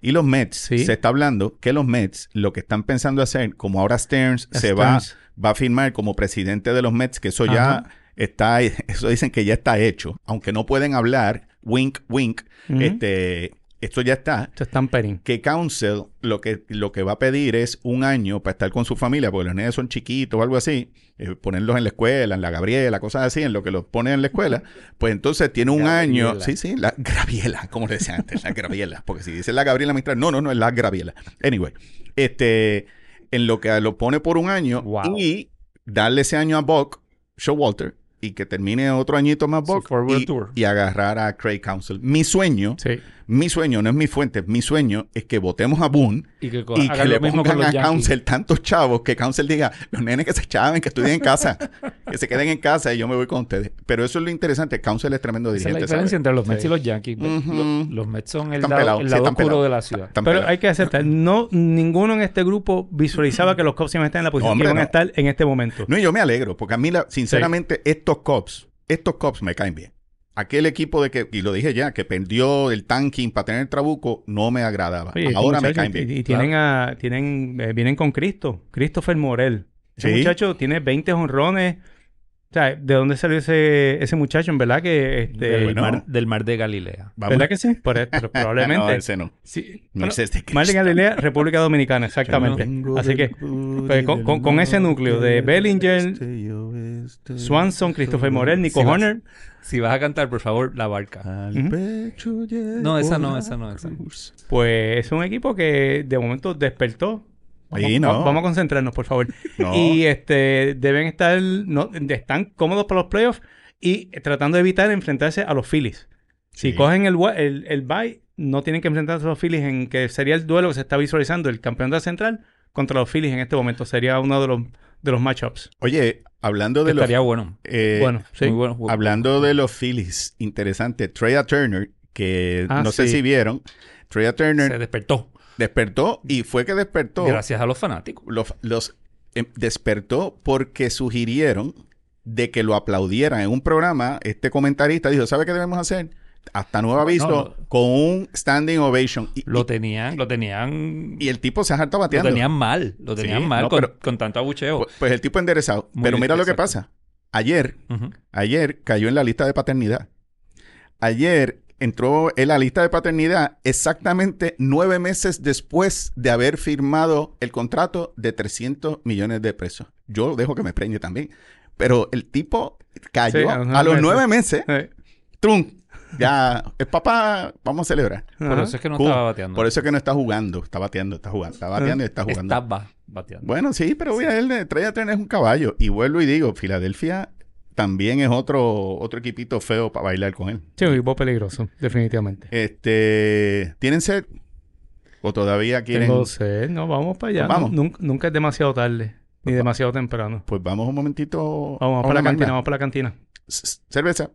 Y los Mets,
Sí.
se está hablando que los Mets lo que están pensando hacer, como ahora Stearns se va,
Stearns.
va a firmar como presidente de los Mets, que eso ya
Ajá.
está, eso dicen que ya está hecho, aunque no pueden hablar, wink, wink,
Ujú.
este, esto ya está.
Esto es tampering.
Que Council lo que, lo que va a pedir es un año para estar con su familia, porque los nenes son chiquitos o algo así, eh, ponerlos en la escuela, en la Gabriela, cosas así, en lo que los ponen en la escuela, pues entonces tiene un año,
Gabriela.
sí, sí, la Graviela, como le decían antes, la Graviela, porque si dice la Gabriela Mistral, no, no, no, es la Graviela. Anyway, este, en lo que lo pone por un año
Wow.
y darle ese año a Buck Showalter y que termine otro añito más
Su
Buck
forward
y,
tour.
y agarrar a Craig Council. Mi sueño
Sí.
mi sueño, no es mi fuente, mi sueño es que votemos a Boone
Y que, co-
y
hagan
que le
Pues, lo mismo con
pongan
los
a
Yankees.
Council tantos chavos que Council diga, los nenes que se chaven, que estudien en casa, que se queden en casa y yo me voy con ustedes. Pero eso es lo interesante, Council es tremendo
Esa es la
dirigente.
diferencia
¿sabes?
entre los Mets
Sí.
y los Yankees.
Ujú.
Los, los Mets son el
Están
lado,
pelados,
el
sí,
lado
están
oscuro
pelados.
de la ciudad.
Tan
Pero
pelado.
hay que aceptar, no, ninguno en este grupo visualizaba que los Cubs iban a estar en la posición
Hombre,
que iban a
no.
estar en este momento.
No, y yo me alegro, porque a mí, la- sinceramente, estos cops, estos cops me caen bien. Aquel equipo de que, y lo dije ya, que perdió el tanking para tener el trabuco, no me agradaba.
Oye, estos
Pues, Ahora me
muchachos,
caen bien.
Y, y tienen a, tienen, eh, vienen con Cristo, Christopher Morel. Ese
Sí.
muchacho tiene 20 honrones. O sea, ¿de dónde salió ese, ese muchacho? En verdad que este,
del,
bueno,
mar, del mar de Galilea.
Vamos.
¿Verdad que sí? Por- e, pero probablemente.
Ah, No, ese no.
Sí.
No
Bueno,
es este que
Mar de
está.
Galilea, República Dominicana, exactamente. Así que pues, con, con- con ese núcleo de Bellinger, este, Swanson, Christopher Morel, Nico
Sí, vas.
Horner,
Si vas a cantar, por favor, la barca.
Ujú.
No, esa no, esa no, esa no.
pues es un equipo que de momento despertó. Vamos,
Ahí no.
va- vamos a concentrarnos, por favor.
No.
Y este deben estar, no, están cómodos para los playoffs y tratando de evitar enfrentarse a los Phillies. Si
Sí.
cogen el, wa- el, el bye, no tienen que enfrentarse a los Phillies en que sería el duelo que se está visualizando el campeón de la central contra los Phillies en este momento. Sería uno de los, de los matchups.
Oye, hablando de los...
Estaría bueno.
eh,
bueno, sí.
Muy bueno.
Hablando de los Phillies, interesante. Treya Turner, que
Ah,
no sé
sí.
si vieron, Treya Turner
Se despertó.
despertó y fue que despertó.
Gracias a los fanáticos.
Los, los, em, despertó porque sugirieron de que lo aplaudieran en un programa. Este comentarista dijo, ¿sabe qué debemos hacer? Hasta nuevo aviso,
no.
con un standing ovation. Y,
Lo tenían, lo tenían,
y- y el tipo se ha hartado
lo
bateando.
tenían mal. Lo tenían
Sí,
mal
no,
con,
pero-
con tanto abucheo.
Pues, pues el tipo enderezado.
Muy
Pero mira lo que
exacto.
pasa. Ayer,
Ujú.
Ayer cayó en la lista de paternidad. Ayer entró en la lista de paternidad exactamente nueve meses después de haber firmado el contrato de 300 millones de pesos. Yo dejo que me preñe también. Pero el tipo cayó
Sí, a los nueve
a los
meses.
nueve meses.
Eh,
Trump ya es papá, vamos a celebrar.
Por
Ajá.
eso es que no
Cool.
estaba bateando.
Por eso es que no está jugando, está bateando, está jugando, está bateando y está jugando.
Estaba bateando.
Bueno, sí, pero mira, él de 3 a 3 es un caballo. Y vuelvo y digo, Filadelfia también es otro, otro equipito feo para bailar con él.
Sí, un equipo peligroso, definitivamente.
Este, ¿tienen sed? ¿O todavía quieren?
Tengo sed, eh, no, vamos para allá.
Pues vamos.
Nun- Nunca, es demasiado tarde, ni demasiado temprano.
Pues vamos un momentito.
Vamos,
a
para la
una
cantina,
magna.
vamos para la cantina.
S- s- Cerveza.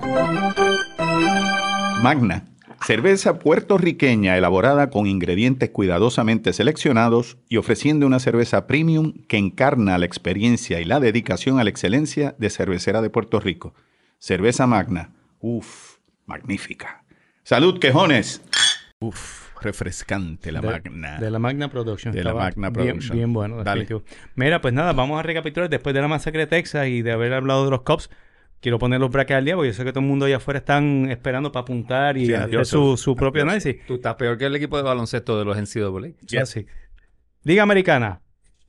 Magna. Cerveza puertorriqueña elaborada con ingredientes cuidadosamente seleccionados y ofreciendo una cerveza premium que encarna la experiencia y la dedicación a la excelencia de cervecera de Puerto Rico. Cerveza Magna. Uf, magnífica. Salud, quejones. Uf, refrescante la
De-
Magna.
De la Magna Production.
De la
Estaba
Magna
bien-
Production.
Bien, bueno,
Dale.
definitivo. Mira, pues nada, vamos a recapitular. Después de la masacre de Texas y de haber hablado de los cops, quiero poner los brackets al día porque yo sé que todo el mundo allá afuera están esperando para apuntar y
Sí,
hacer
nervioso.
su, su propio análisis.
Tú estás peor que el equipo de baloncesto de los NCAA.
Eso es así. Liga Americana.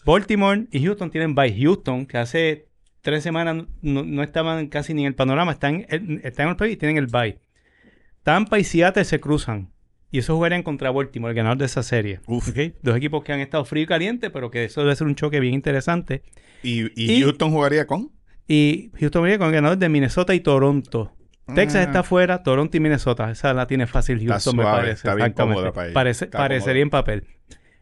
Baltimore y Houston tienen by Houston, que hace tres semanas no, no estaban casi ni en el panorama, están, en- eh, están en el país y tienen el bye. Tampa y Seattle se cruzan. Y eso jugarían contra Baltimore, el ganador de esa serie.
Uf.
¿Ok? Dos equipos que han estado frío y caliente, pero que eso debe ser un choque bien interesante.
¿Y,
Y-
Houston jugaría con?
Y Houston viene con el ganador de Minnesota y Toronto. Texas
Ah.
está fuera, Toronto y Minnesota. Esa la tiene fácil Houston, me
suave,
parece.
está bien
Exactamente.
cómoda para ellos.
Parece-
Está
parecería en papel.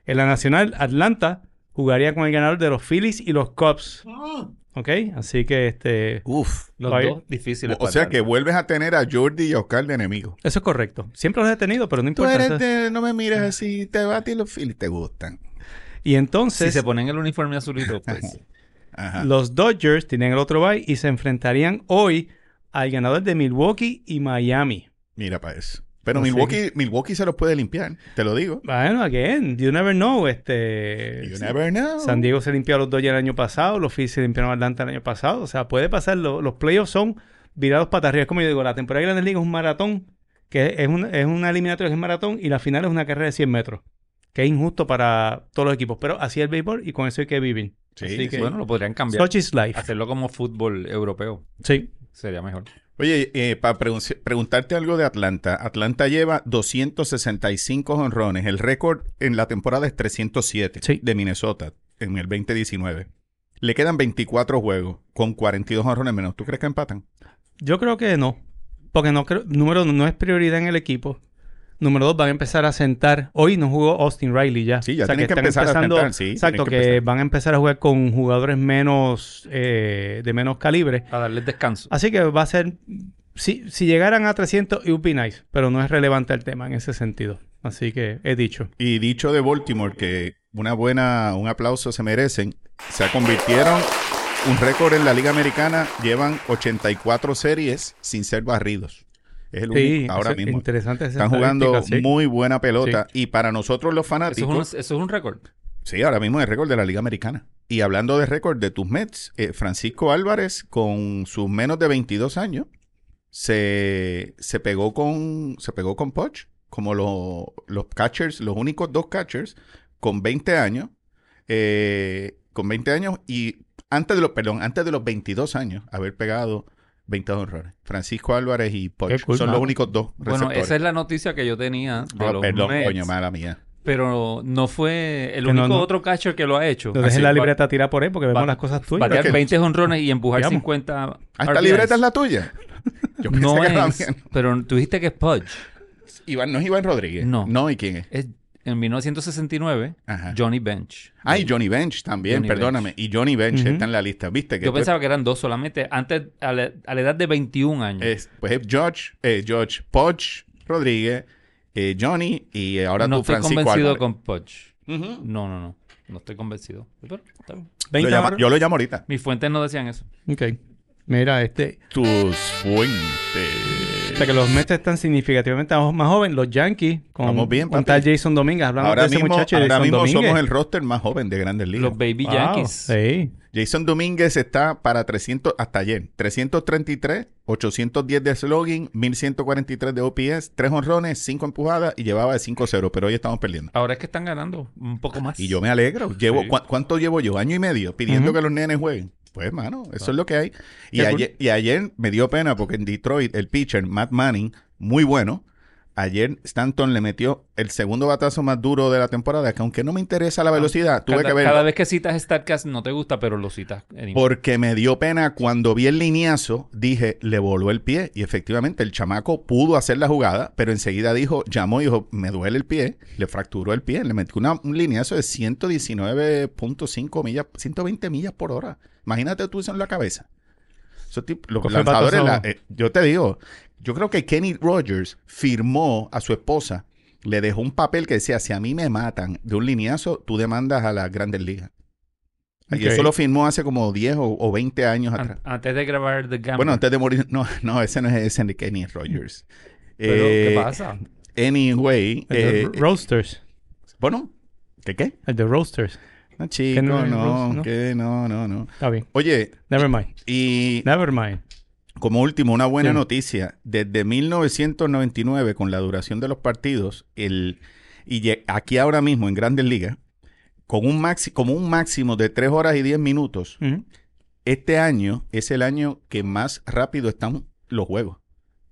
En la nacional, Atlanta jugaría con el ganador de los Phillies y los Cubs. ¿Ok? Así que este.
Ah. Uf.
Los
Oye,
dos difíciles.
O
para
sea
dar.
que vuelves a tener a Jordi y a Oscar de enemigo.
Eso es correcto. Siempre los he tenido, pero no
Tú
importa.
eres
eso-
de, no me mires así, te bati los Phillies te gustan.
Y
Si
entonces,
se ponen el uniforme azulito, pues.
Ajá.
los Dodgers tienen el otro bye y se enfrentarían hoy al ganador de Milwaukee y Miami.
Mira para eso. Pero
Así
Milwaukee, Milwaukee se los puede limpiar, te lo digo.
Bueno, again, you never know. Este,
You never know.
San Diego se limpió a los Dodgers el año pasado, los Phillies se limpiaron a Atlanta el año pasado. O sea, puede pasar. lo- los playoffs son virados para arriba. Es como yo digo, la temporada de Grandes Ligas es un maratón, que es un- es una eliminatoria que es maratón, y la final es una carrera de 100 metros, que es injusto para todos los equipos. Pero así es el béisbol y con eso hay que vivir.
Sí,
así que,
sí.
Bueno, lo podrían cambiar.
such is life.
Hacerlo como fútbol europeo.
Sí.
Sería mejor.
Oye, para preguntarte algo de Atlanta. Atlanta lleva 265 honrones. El récord en la temporada es 307
Sí.
de Minnesota en el 2019. Le quedan 24 juegos con 42 honrones menos. ¿Tú crees que empatan?
Yo creo que no. Porque no creo, número uno, no es prioridad en el equipo. Número dos, van a empezar a sentar. Hoy no jugó Austin Riley ya.
Sí, ya tienen que empezar a sentar, sí,
exacto,
tienen
que,
que empezar.
van a empezar a jugar con jugadores menos eh, de menos calibre.
A darles
Ah,
descanso.
Así que va a ser. Si, si llegaran a 300, it would be nice. Pero no es relevante el tema en ese sentido. Así que he dicho.
Y dicho de Baltimore que una buena, un aplauso se merecen, se convirtieron un récord en la Liga Americana, llevan 84 series sin ser barridos. Es el
Sí,
único ahora
eso es
mismo.
Interesante esa
Están jugando
estadística, sí.
muy buena pelota y para nosotros los
Eso es un,
fanáticos,
eso es un récord.
sí, ahora mismo es el récord de la Liga Americana. Y hablando de récord de tus Mets, eh, Francisco Álvarez con sus menos de 22 años se, se pegó con se pegó con Poch, como lo- los catchers, los únicos dos catchers con 20 años, eh, con 20 años y antes de los, perdón, antes de los 22 años haber pegado 22 honrones. Francisco Álvarez y Poch
Qué cool,
son los
mano.
únicos dos receptores.
Bueno, esa es la noticia que yo tenía de
Ah,
los
perdón,
Mets,
coño, mala mía.
Pero no fue el
Que no,
único
no.
otro catcher que lo ha hecho.
No dejes
Así,
la
ba-
libreta tirada por ahí porque vemos
va-
las cosas tuyas.
Batear
Pero que-
20 honrones y empujar
Veamos.
50
Ah, esta
RBIs.
libreta es la tuya. Yo pensé
No
que era la
es,
mía.
pero tú dijiste que es Pudge.
Iván, no es Iván Rodríguez.
No.
No, ¿y quién es?
Es, en 1969,
Ajá.
Johnny Bench.
Ah, y Johnny Bench también,
Johnny
perdóname. Y Johnny Bench
Ujú.
está en la lista, ¿viste? Que
Yo
tú-
pensaba que eran dos solamente. Antes, a la, a la edad de 21 años.
es- pues es George, eh, George Poch Rodríguez, eh, Johnny y ahora
no
tú,
estoy
Francisco
convencido
Álvarez.
con Pudge.
Ujú.
No, no, no. No estoy convencido. Pero está bien.
Lo
20
llama-
ahora.
yo lo llamo ahorita.
Mis fuentes no decían eso.
Ok. Mira, este.
Tus fuentes.
O sea, que los Mets están significativamente más jóvenes. Los Yankees, con,
Vamos bien,
con
papi.
tal Jason Domínguez. Hablamos
Ahora
de ese
mismo,
muchacho
ahora
Jason
mismo
Domínguez.
somos el roster más joven de Grandes Ligas.
Los Baby
Wow,
Yankees.
Sí.
Jason Domínguez está para 300, hasta ayer, 333, 810 de slogan, 1143 de OPS, 3 honrones, 5 empujadas y llevaba de 5-0, pero hoy estamos perdiendo.
Ahora es que están ganando un poco más.
Y yo me alegro. Llevo,
Sí.
¿cu- ¿Cuánto llevo yo? Año y medio pidiendo
Ujú.
que los nenes jueguen. Pues, hermano, eso es lo que hay. Y
Qué
ayer, y ayer me dio pena porque en Detroit el pitcher, Matt Manning, muy bueno. Ayer Stanton le metió el segundo batazo más duro de la temporada, que aunque no me interesa la velocidad, tuve
cada,
que verlo.
cada vez que citas StarCast no te gusta, pero lo citas. en-
Porque me dio pena cuando vi el lineazo, dije, le voló el pie. Y efectivamente, el chamaco pudo hacer la jugada, pero enseguida dijo, llamó y dijo, me duele el pie, le fracturó el pie, le metió una- un lineazo de 119.5 millas, 120 millas por hora. Imagínate tú eso en la cabeza. Esos tip- los
Coge
lanzadores, la-
batazo.
eh, yo te digo, yo creo que Kenny Rogers firmó a su esposa, le dejó un papel que decía, si a mí me matan de un lineazo, tú demandas a las grandes ligas. Y
Ok.
eso lo firmó hace como 10 o, o 20 años
An-
atrás.
antes de grabar The Gambler.
Bueno, antes de morir. No, no, ese no es ese es de Kenny Rogers.
Pero,
Eh,
¿qué pasa?
Anyway.
El de
eh,
Ro- Roasters.
bueno, ¿qué qué?
El de Roasters.
No, chico,
no
no,
es Rose, ¿no?
que no, no, no.
Está bien.
Oye,
Never mind.
y
Never mind.
como último, una buena
Sí.
noticia. Desde 1999, con la duración de los partidos, el, y lle- aquí ahora mismo en Grandes Ligas, con un maxi, como un máximo de 3 horas y 10 minutos,
Ujú.
este año es el año que más rápido están los juegos.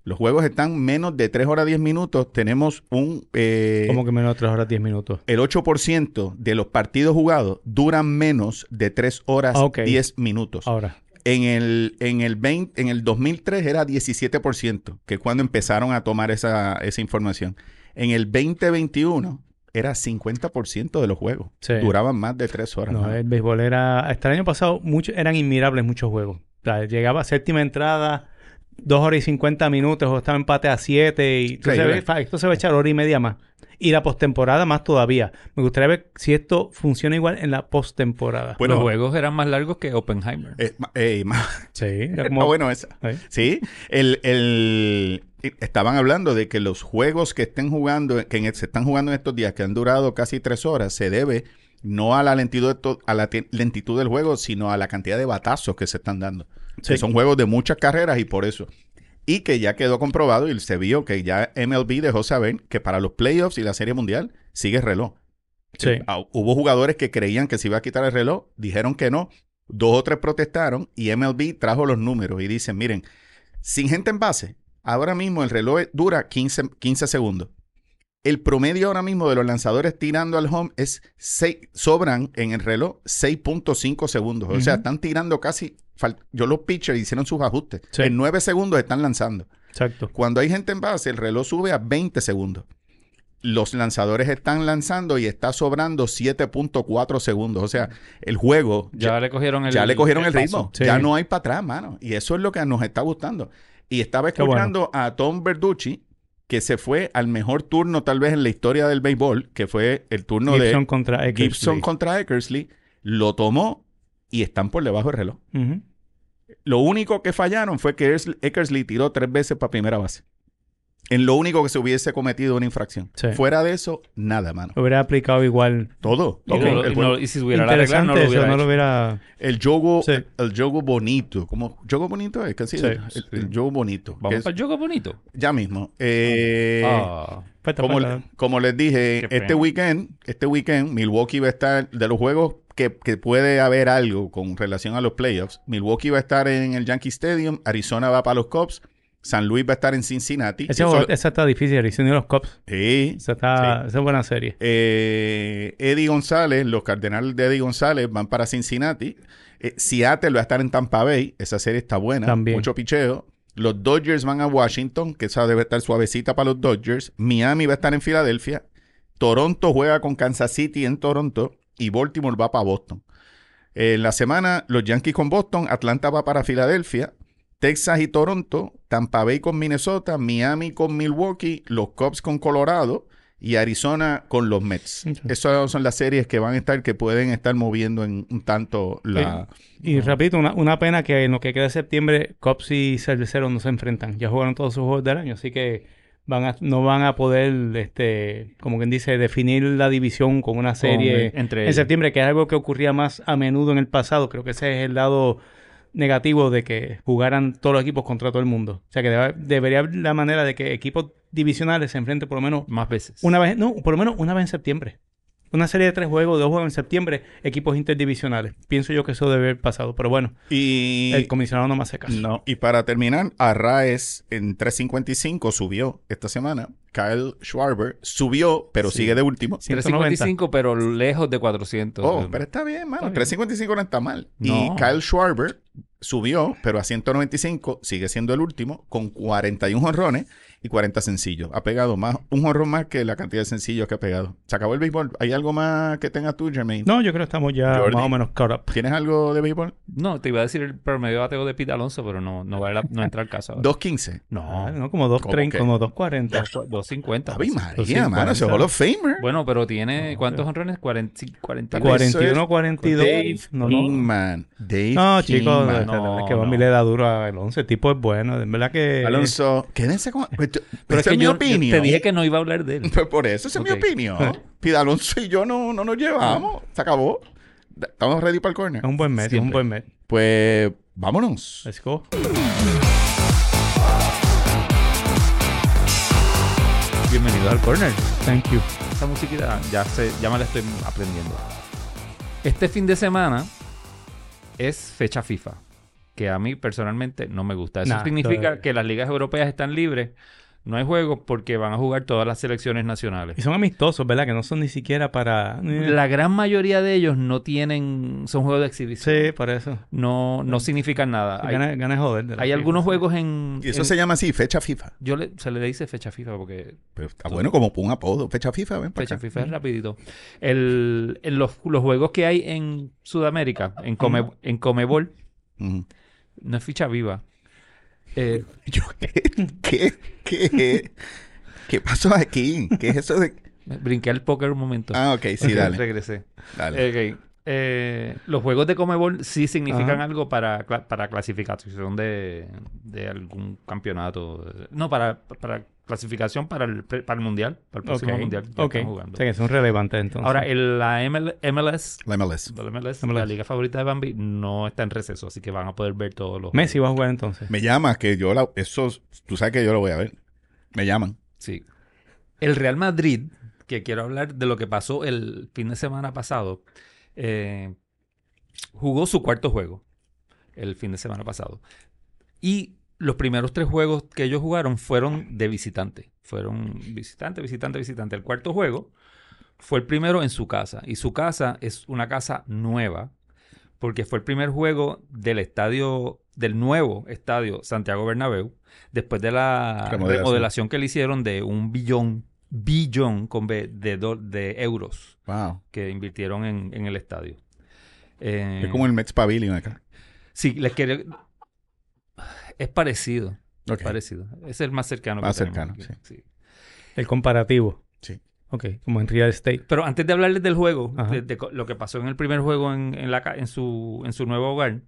Los juegos están menos de 3 horas 10 minutos. Tenemos un... eh,
Como que menos de 3 horas 10 minutos.
el 8% de los partidos jugados duran menos de 3 horas
Ah, ok. Ah.
10 minutos.
Ahora.
En el, en, el 20, en el 2003 era 17%, que es cuando empezaron a tomar esa, esa información. En el 2021 era 50% de los juegos.
Sí.
Duraban más de 3 horas.
No, eh.
¿no?
el béisbol era. Hasta el año pasado mucho, eran inmirables muchos juegos. O sea, llegaba a séptima entrada, dos horas y 50 minutos, o estaba empate a siete. Y tú se
Increíble.
ve- fa- esto se va a echar hora y media más. Y la postemporada más todavía. Me gustaría ver si esto funciona igual en la postemporada.
bueno.
Los juegos eran más largos que Oppenheimer.
Eh, ma- eh, ma-
sí, era
está
como.
bueno esa.
Sí.
Sí, el, el- estaban hablando de que los juegos que estén jugando, que en- se están jugando en estos días, que han durado casi tres horas, se debe no a la lentitud, de to- a la te- lentitud del juego, sino a la cantidad de batazos que se están dando.
Sí.
Que son juegos de muchas carreras y por eso. Y que ya quedó comprobado y se vio que ya MLB dejó saber que para los playoffs y la Serie Mundial sigue el reloj.
Sí.
Ah, Hubo jugadores que creían que se iba a quitar el reloj, dijeron que no, dos o tres protestaron y MLB trajo los números y dicen, miren, sin gente en base, ahora mismo el reloj dura 15, 15 segundos. El promedio ahora mismo de los lanzadores tirando al home es seis sobran en el reloj 6.5 segundos. O sea,
Ujú.
están tirando casi, fal- yo los pitchers hicieron sus ajustes.
Sí.
En 9 segundos están lanzando.
Exacto.
Cuando hay gente en base, el reloj sube a 20 segundos. Los lanzadores están lanzando y está sobrando 7.4 segundos. O sea, el juego
Ya,
ya,
le cogieron el
ya le cogieron el,
paso.
ritmo.
Sí.
Ya no hay para atrás, mano. Y eso es lo que nos está gustando. Y estaba
Qué bueno.
escuchando a Tom Verducci, que se fue al mejor turno tal vez en la historia del béisbol, que fue el turno
Gibson
de
contra Eckersley.
Gibson contra Eckersley. Lo tomó y están por debajo del reloj.
Ujú.
Lo único que fallaron fue que Ers- Eckersley tiró tres veces para primera base. En lo único que se hubiese cometido una infracción.
Sí.
Fuera de eso, nada, mano.
Hubiera aplicado igual.
Todo.
Y,
todo.
no lo-
el,
y
juego.
no- y si hubiera la regla, no
Interesante
lo
eso,
hubiera
no lo
hecho.
hubiera.
El juego,
Sí.
el juego bonito. como ¿Juego bonito es? ¿Qué se
Sí,
llama?
sí.
El, el juego bonito. que
Vamos
es-
para el juego bonito.
ya mismo. Eh,
Ah.
Falta,
como,
falta.
como les dije,
Qué
este
pena.
weekend, este weekend, Milwaukee va a estar de los juegos que, que puede haber algo con relación a los playoffs. Milwaukee va a estar en el Yankee Stadium, Arizona va para los Cubs, San Luis va a estar en Cincinnati.
Ese
Eso
juego-
lo-
esa está difícil. Edición de los Cops.
Sí.
Esa, está, esa es buena serie.
Eh, Eddie González, los Cardenales de Eddie González van para Cincinnati. Eh, Seattle va a estar en Tampa Bay. Esa serie está buena.
También.
Mucho picheo. Los Dodgers van a Washington, que esa debe estar suavecita para los Dodgers. Miami va a estar en Filadelfia. Toronto juega con Kansas City en Toronto. Y Baltimore va para Boston. En la semana, los Yankees con Boston. Atlanta va para Filadelfia. Texas y Toronto, Tampa Bay con Minnesota, Miami con Milwaukee, los Cubs con Colorado y Arizona con los Mets.
Ok.
Esas son las series que van a estar, que pueden estar moviendo en un tanto la...
Y repito, una, una pena que en lo que queda de septiembre, Cops y Cerveceros no se enfrentan. Ya jugaron todos sus juegos del año, así que van a- no van a poder, este, como quien dice, definir la división con una serie
Con- entre
en
ellos.
septiembre, que es algo que ocurría más a menudo en el pasado. Creo que ese es el lado negativo de que jugaran todos los equipos contra todo el mundo. O sea que deba- debería haber la manera de que equipos divisionales se enfrenten por lo menos
Más veces.
una vez, no, por lo menos una vez en septiembre. una serie de tres juegos, dos juegos en septiembre, equipos interdivisionales. Pienso yo que eso debe haber pasado, pero bueno,
Y,
el comisionado no me hace caso.
no, y para terminar, Arraes en 355 subió esta semana. Kyle Schwarber subió, pero
Sí.
sigue de último.
355, pero lejos de 400.
Oh, pero está bien, mano.
Está bien.
355 no está mal.
No.
Y Kyle Schwarber subió, pero a 195 sigue siendo el último, con 41 jonrones y 40 sencillos. Ha pegado más, un jonrón más que la cantidad de sencillos que ha pegado. Se acabó el béisbol. ¿Hay algo más que tengas tú, Jermaine?
No, yo creo que estamos ya
Jordi.
más o menos caught up.
¿Tienes algo de béisbol?
No, te iba a decir el promedio de bateo de Pete Alonso, pero no, no, vale la- no entra al caso. ahora.
215.
Ah,
No,
no, como
¿Cómo
2.30,
que?
como 2.40.
250.
Ave María,
250.
mano. Ese Hall of Famer.
Bueno, pero tiene. ¿Cuántos honrones? 40, 40.
Eso es
41, 42.
Dave
pues,
no, no.
Kingman. Dave
No, chicos,
Kingman.
es que
no.
va mi le da duro a Alonso. El tipo es bueno, en verdad que.
Alonso, quédense con... Pero,
Pero es
esa
que
es mi
yo, yo
opinión.
te dije que no iba a hablar de él.
Pues por eso, esa es
Ok. Ah.
mi opinión. Pida Alonso y yo no, no nos llevamos. Se acabó. Estamos ready para el corner.
Es un buen mes, es un
Siempre.
buen mes.
Pues vámonos.
Let's go.
Bienvenido al corner.
Thank you.
Esa musiquita ya, se, ya me la estoy aprendiendo. Este fin de semana es fecha FIFA, que a mí personalmente no me gusta. Eso
Nah,
significa
todavía.
que las ligas europeas están libres, no hay juegos porque van a jugar todas las selecciones nacionales.
Y son amistosos, ¿verdad? Que no son ni siquiera para.
La gran mayoría de ellos no tienen, son juegos de exhibición.
Sí, para eso.
No, no significan nada. Hay,
Gana, gana de joder. de la
hay
FIFA.
algunos juegos en...
Y eso
en-
se llama así, fecha FIFA.
yo le- se le dice fecha FIFA porque
Pero está bueno como un apodo. Fecha FIFA, ven para
Fecha
acá.
FIFA es rapidito. El, en los, los juegos que hay en Sudamérica, en, Come, en Comebol,
Ujú.
no es ficha viva. Eh,
Yo, ¿qué, qué, qué, qué pasó aquí? ¿Qué es eso de...?
brinqué al póker un momento.
Ah, ok, sí,
Ok,
dale.
Regresé.
dale.
Ok. Eh, los juegos de Comebol sí significan
Ajá.
algo para, cla- para clasificación de, de algún campeonato. No, para, para clasificación para el, pre- para el mundial, para el
Ok,
próximo mundial que
ok.
están jugando.
O sea que son relevantes entonces.
Ahora, el, la ML MLS
La MLS.
La MLS,
MLS.
la liga favorita de Bambi, no está en receso, así que van a poder ver todos los.
Messi va a jugar entonces.
Me llamas que yo la... Eso, tú sabes que yo lo voy a ver. Me llaman.
Sí. El Real Madrid, que quiero hablar de lo que pasó el fin de semana pasado, eh, jugó su cuarto juego el fin de semana pasado. Y los primeros tres juegos que ellos jugaron fueron de visitante. Fueron visitante, visitante, visitante. El cuarto juego fue el primero en su casa. Y su casa es una casa nueva, porque fue el primer juego del estadio, del nuevo estadio Santiago Bernabéu, después de la
Remodelación.
remodelación, que le hicieron de un billón, billón con B de, do- de euros
Wow.
que invirtieron en, en el estadio. Eh,
Es como el Mets Pavilion acá.
Sí, les quiero... Es parecido,
Ok.
parecido. Es el más cercano.
Más
tenemos
cercano,
aquí, sí.
El comparativo.
Sí.
Ok, como en real estate.
Pero antes de hablarles del juego,
Ajá.
de, de co- lo que pasó en el primer juego en, en la, ca- en, su, en su nuevo hogar,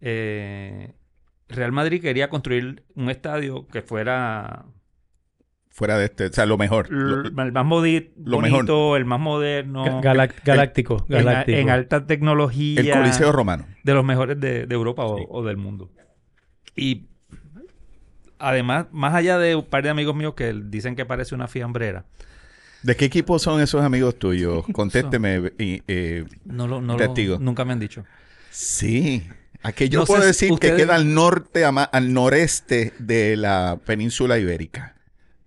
eh, Real Madrid quería construir un estadio que fuera
Fuera de este... O sea, lo mejor. Lo-
l- el más modi-
lo mejor.
bonito, el más moderno,
Ga- galac- galáctico.
en, a-
Galáctico.
en alta tecnología.
el Coliseo Romano.
de los mejores de, de Europa o,
Sí.
o del mundo. Y además, más allá de un par de amigos míos que dicen que parece una fiambrera,
¿De qué equipo son esos amigos tuyos? Contésteme. y, eh,
no lo, no lo-
Testigo.
nunca me han dicho.
sí. A que yo
No sé
puedo
si
decir que
ustedes-
queda al norte, a ma- al noreste de la península ibérica.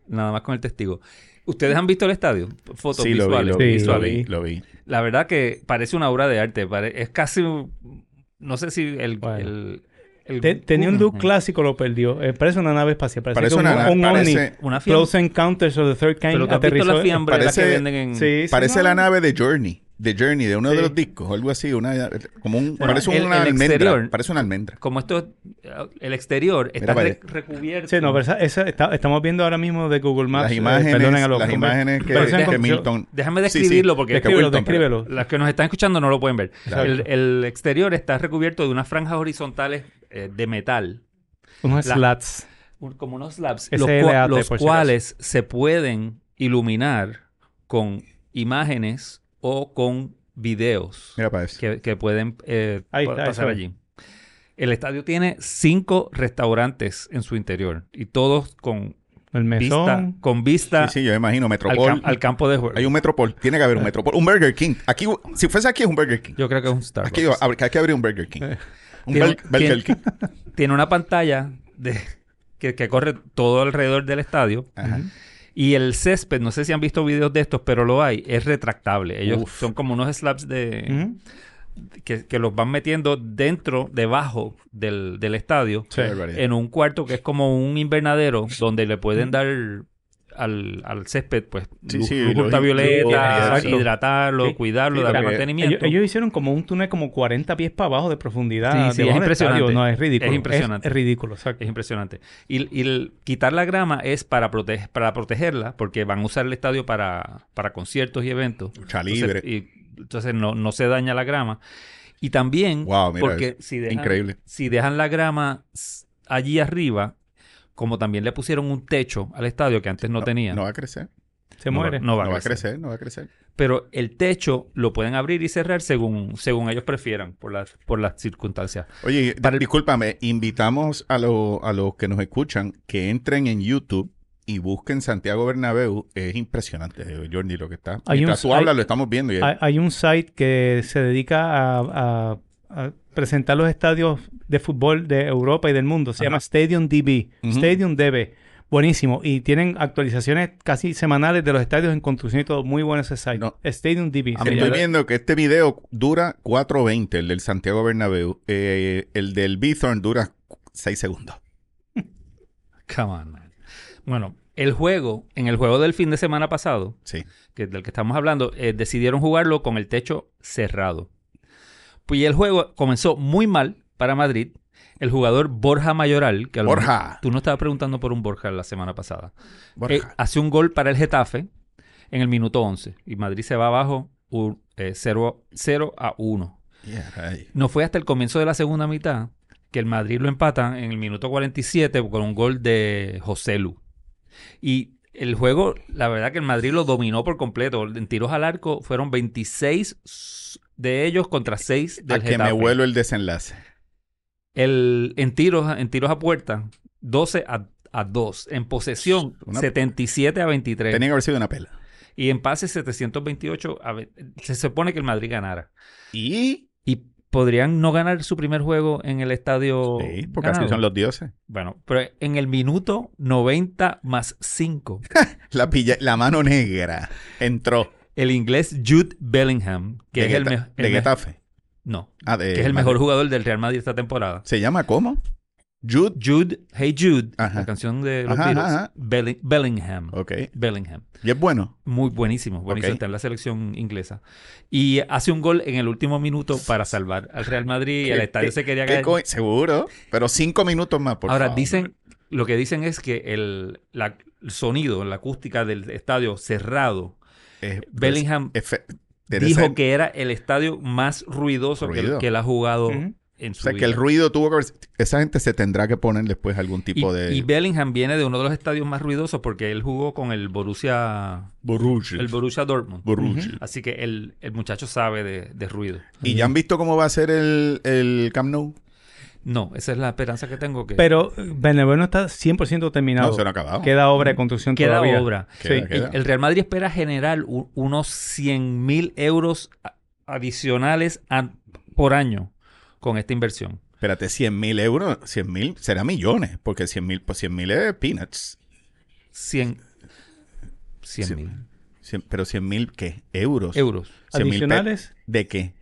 Nada más con el testigo. ¿Ustedes han visto el estadio? Fotos
sí, lo vi, lo
visuales.
vi,
Sí,
lo
lo
vi,
vi.
lo vi.
La verdad que parece una obra de arte. pare- Es casi... un- No sé si el...
Bueno.
el- el-
Te- tenía un look
Ujú.
clásico, lo perdió. Eh, parece una nave espacial. Parece,
Parece
que un,
una nave,
un
parece-
ovni.
Una fiambrera.
Close Encounters of the Third Kind
Pero ¿te has visto
aterrizó.
las fiambreras que
parece-
venden en...?
Sí, sí,
Parece
no.
la nave de Journey. De Journey, de uno de
Sí.
los discos, algo así, una, como un,
Bueno,
parece
el-
una
el
almendra,
exterior-
parece una almendra.
Como esto... eh, El exterior está
para allá.
re- recubierto.
Sí, no, pero esa- esa está- estamos viendo ahora mismo de Google Maps.
Las
eh,
imágenes,
perdonen a los
las
hombres.
imágenes que,
Parecen
que
con-
Milton...
Déjame
Sí, sí.
describelo porque...
que
Descríbelo,
Wilton, pero-
descríbelo.
Las que nos están escuchando no lo pueden ver.
Claro.
El, el exterior está recubierto de unas franjas horizontales eh, de metal,
Unos
La-
slats.
un- como unos slabs,
SLAT,
los, cua-
por
los
si acaso.
cuales se pueden iluminar con imágenes o con videos
Mira pues, para eso.
que, que pueden eh,
Ahí
pa-
está,
pasar
eso es.
allí. El estadio tiene cinco restaurantes en su interior y todos con
El
Vista,
mesón.
con vista
Sí, sí, yo me imagino,
al,
Metropol.
cam- al campo de juego.
Hay un Metropol, tiene que haber un Metropol. Un Burger King. Aquí, si fuese aquí, es un Burger King.
Yo creo que es un Starbucks.
Aquí ab- hay que abrir un Burger King. Un
Eh, Tiene-
Bel- Burger
tiene-
King.
Tiene una pantalla de, que, que corre todo alrededor del estadio.
Ajá.
Y el césped, no sé si han visto videos de estos, pero lo hay, es retractable. Ellos
Uf.
son como unos slabs de,
Ujú.
que, que los van metiendo dentro, debajo del, del estadio,
Sí.
Qué barbaridad.
en un cuarto que es como un invernadero donde le pueden dar al, al césped, pues,
Sí,
luz,
sí,
luz
lo-
ultravioleta,
exacto.
hidratarlo,
Sí.
cuidarlo,
Sí,
darle
pero, eh,
mantenimiento.
Ellos, ellos hicieron como un túnel como 40 pies para abajo de profundidad.
Sí, sí,
debajo
es
del
impresionante.
estadio. No, es ridículo.
Es impresionante.
Es, ridículo, exacto.
Es impresionante. Y, y el- quitar la grama es para, prote- para protegerla, porque van a usar el estadio para, para conciertos y eventos.
Lucha
Entonces,
libre.
y- entonces no, no se daña la grama. Y también,
Wow, mira,
porque si dejan,
increíble.
si dejan la grama s- allí arriba, como también le pusieron un techo al estadio que antes no, tenía,
No va a crecer.
Se
no va-
muere.
no va
No va a
a crecer.
crecer, no va a crecer.
Pero el techo lo pueden abrir y cerrar según, según ellos prefieran, por las, por las circunstancias.
Oye, di- discúlpame, invitamos a, lo- a los que nos escuchan que entren en YouTube y busquen Santiago Bernabéu. Es impresionante, eh, Jordi, lo que está.
Hay
Mientras
un-
tú hablas,
hay-
lo estamos viendo. y es-
Hay, hay un site que se dedica a, a- a presentar los estadios de fútbol de Europa y del mundo. Se
Ajá.
llama Stadium DB.
Ujú.
Stadium DB. Buenísimo. Y tienen actualizaciones casi semanales de los estadios en construcción y todo. Muy bueno ese site.
No.
Stadium DB.
A
se
mí
Estoy
llama.
me-
viendo que este video dura 4.20, el del Santiago Bernabéu. Eh, el del Bithorn dura 6 segundos.
Come on, man. Bueno, el juego, en el juego del fin de semana pasado,
Sí.
que, del que estamos hablando, eh, decidieron jugarlo con el techo cerrado. Pues y el juego comenzó muy mal para Madrid. El jugador Borja Mayoral, que a lo
Borja.
mejor- tú no estabas preguntando por un Borja la semana pasada,
Borja.
eh, hace un gol para el Getafe en el minuto 11 y Madrid se va abajo 0 a 1.
Yeah, ay.
No fue hasta el comienzo de la segunda mitad que el Madrid lo empata en el minuto 47 con un gol de José Lu. Y el juego, la verdad que el Madrid lo dominó por completo. En tiros al arco fueron 26 de ellos contra 6
A
del
que me
Getafe.
vuelo el desenlace.
El, en, tiros, en tiros a puerta, 12 a, a 2. En posesión,
Una-
77 a 23.
Tenía que haber sido una pela.
Y en pases, 728 a... ve- Se supone que el Madrid ganara.
Y.
Y podrían no ganar su primer juego en el estadio.
Sí, porque así
ganado.
son los dioses.
Bueno, pero en el minuto 90 más 5,
La, pilla- la mano negra entró
el inglés Jude Bellingham, que
de,
es el,
Geta-
mejor
de Getafe.
No,
Ah, de
que es el
Madrid.
mejor jugador del Real Madrid esta temporada.
¿Se llama cómo? Jude.
Jude, Hey Jude,
Ajá.
la canción de los
Ajá,
Beatles,
ajá, ajá.
Belli- Bellingham.
Ok.
Bellingham.
Y es bueno.
Muy buenísimo, buenísimo.
Ok.
Está en la selección inglesa. Y hace un gol en el último minuto para salvar al Real Madrid y el
¿Qué-
estadio
qué-
se quería
¿Qué
caer.
co- Seguro. Pero cinco minutos más, por
Ahora
favor.
dicen, lo que dicen es que el, la- el sonido, la acústica del estadio cerrado,
Eh,
Bellingham
es- efe- debe
dijo
ser-
que era el estadio más ruidoso que-
Ruido.
Que, él ha jugado
Ujú.
en
O
su
sea, que
vida.
el ruido tuvo que haber... Esa gente se tendrá que poner después algún tipo
y,
de...
y Bellingham viene de uno de los estadios más ruidosos porque él jugó con el Borussia,
Borruche.
el Borussia Dortmund.
Borruche.
Así que el, el muchacho sabe de, de ruido.
¿Y ya han visto cómo va a ser el, el Camp Nou?
No, esa es la esperanza que tengo. Que
Pero Benevento está 100%
No,
terminado.
se lo ha acabado.
Queda obra de construcción
queda
todavía.
obra.
Queda,
sí.
queda.
El Real Madrid espera generar u- unos 100 mil euros a- adicionales a- por año con esta inversión.
Espérate, 100 mil euros, 100 mil será millones, porque 100 mil, pues 100 mil es peanuts.
100 100
Cien-
mil
Cien- pero 100 mil, ¿qué? Euros.
euros
100 mil pe-
Adicionales.
¿De qué?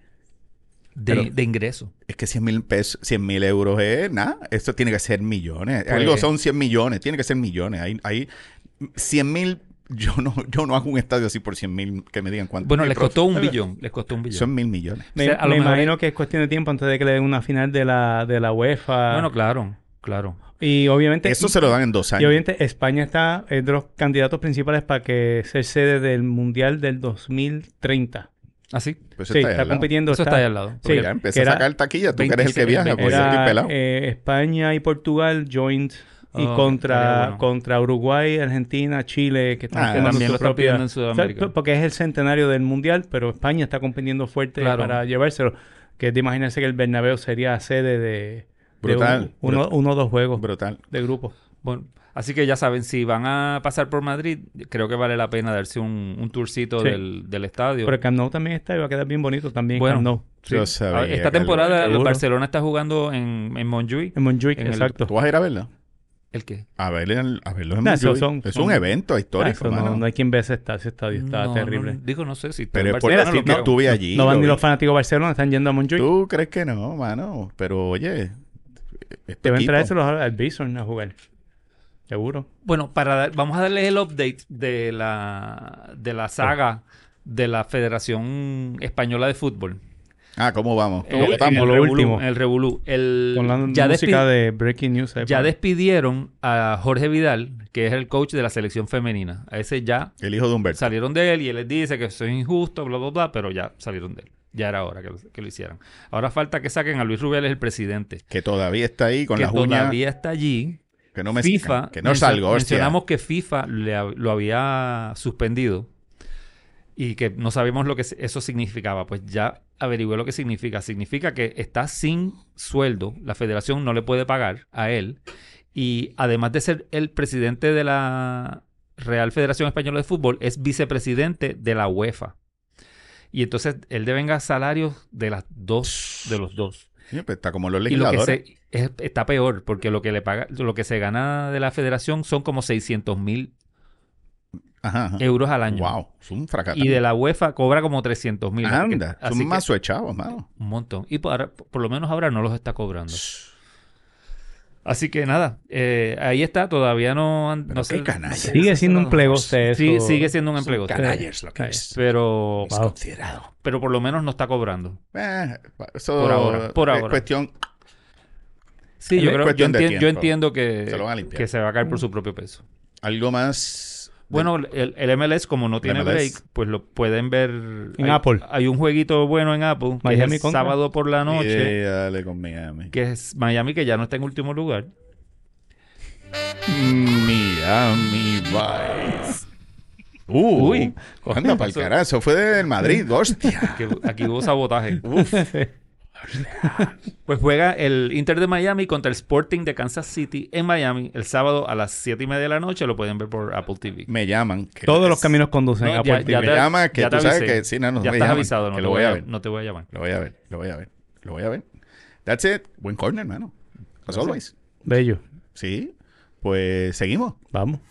de,
Pero-
de ingreso.
Es que 100 mil pesos, 100 mil euros es nada. Esto tiene que ser millones.
Pues-
Algo son 100 millones, tiene que ser millones. Hay, hay 100 mil, yo no, yo no hago un estadio así por 100 mil que me digan cuánto.
Bueno,
Ay,
les
profe,
costó un
¿verdad?
billón. Les costó un billón.
Son mil millones.
Me,
O sea, a lo
me
mejor-
imagino que es cuestión de tiempo antes de que le den una final de la, de la UEFA.
Bueno, claro, claro.
y obviamente.
Eso se lo dan en dos
Este, Y
años.
obviamente España está entre los candidatos principales para que sea sede del Mundial del 2030.
Así.
Pues
sí,
ahí
está
al lado.
compitiendo.
Eso está ahí al lado.
Sí,
ya empecé
que
a
era-
sacar taquilla. Tú que eres el que
26,
viaja, pues yo estoy
Era,
pelado.
eh, España y Portugal joint y
Oh,
contra,
estaría bueno.
contra Uruguay, Argentina, Chile, que están
Ah,
haciendo
también
su
lo están
propia-
pidiendo en Sudamérica.
O sea, porque es el centenario del Mundial, pero España está compitiendo fuerte
Claro.
para llevárselo. Que es de imaginarse que el Bernabéu sería sede de, de
Brutal,
un- uno,
brutal.
uno o dos juegos
Brutal.
de grupo.
Bueno, así que ya saben, si van a pasar por Madrid, creo que vale la pena darse un, un tourcito
Sí.
del, del estadio.
Pero el Camp Nou también está y va a quedar bien bonito también
Bueno.
Camp Nou.
Sí.
Yo sabía
Ah, Esta
que
temporada
algo-
el Barcelona está jugando en, en Montjuic.
En Montjuic,
En el-
exacto.
¿Tú vas a ir a verla?
¿El qué?
A verla en- a verlo en
No, eso
Montjuic.
son-
es
son-
un evento
Ah,
histórico,
eso no,
mano.
no hay quien ve ese estadio, ese estadio está
No, no,
terrible.
no, digo, no sé si está en
Pero es por
Barcelona,
decir
no
que
creo.
estuve allí.
No van
lo
ni
vi.
los fanáticos de Barcelona, están yendo a Montjuic.
¿Tú crees que no, mano? Pero oye, este
Deben
equipo-
traérselos al al Bison a jugar. Seguro.
Bueno, para dar- vamos a darles el update de la, de la saga de la Federación Española de Fútbol.
Ah, ¿cómo vamos?
Eh,
¿Cómo estamos?
en
lo
el Revolú,
último.
en el Revolú. El-
Con la
ya,
música
despi-
de Breaking News. ahí
ya
para-
despidieron a Jorge Vidal, que es el coach de la selección femenina. A ese ya
El hijo de Humberto.
salieron de él y él les dice que eso es injusto, bla, bla, bla, pero ya salieron de él. Ya era hora que lo, que lo hicieran. Ahora falta que saquen a Luis Rubiales, el presidente,
Que todavía está ahí con
que
las uñas.
todavía está allí.
Que no me
FIFA,
Que no
mencio-
salgo, hostia.
mencionamos que FIFA le hab- lo había suspendido y que no sabíamos lo que se- eso significaba. Pues ya averigüé lo que significa. Significa que está sin sueldo, la federación no le puede pagar a él y además de ser el presidente de la Real Federación Española de Fútbol, es vicepresidente de la UEFA. Y entonces él devenga salarios de las dos, de los dos.
Sí, pues está como los
Y lo que
legisladores.
se, es- está peor, porque lo que le paga, lo que se gana de la federación son como 600 mil
Ajá, ajá.
euros al año.
Wow, es un fracaso.
Y de la UEFA cobra como 300 mil.
Anda,
así
son
que-
más suechados, mano.
un montón. Y por, por lo menos ahora no los está cobrando. Así que nada, eh, ahí está. Todavía no, han- no
Pero qué
sé.
canalla.
Sigue siendo un plegote eso.
Sí, sigue siendo un empleo.
Canallas, lo que es.
Pero,
Es considerado.
pero por lo menos no está cobrando.
Eh, eso
Por ahora, por
es
ahora.
cuestión.
Sí,
Es
yo, creo, yo,
cuestión de
entien- yo
tiempo.
entiendo que Mm.
Se lo van a limpiar.
que se va a caer por su propio peso.
Algo más.
Bueno, el, el MLS, como no tiene
MLS.
break, pues lo pueden ver.
En
hay,
Apple.
Hay un jueguito bueno en Apple, que
Miami
es
contra.
sábado por la noche,
Y dale con Miami.
que es Miami, que ya no está en último lugar.
Miami Vice. Uh,
Uy.
Anda, pa'l
Eso-
carajo. Eso fue del Madrid, hostia.
Que aquí hubo sabotaje.
Uf.
Pues juega el Inter de Miami contra el Sporting de Kansas City en Miami el sábado a las 7 y media de la noche. Lo pueden ver por Apple TV.
Me llaman. que
Todos los
es-
caminos conducen
No,
a
ya-
Puerto
ya
Rico.
Me
te-
llama que
ya te
tú sabes
avisé.
que sí, no, no,
ya
me
estás
llaman,
avisado, no
que
te,
lo
voy a,
ver.
no te voy a llamar.
Lo voy a ver, lo voy a ver, lo voy a ver, lo voy a ver. That's it. Buen corner, hermano. As always.
Bello.
Sí. Pues seguimos.
Vamos.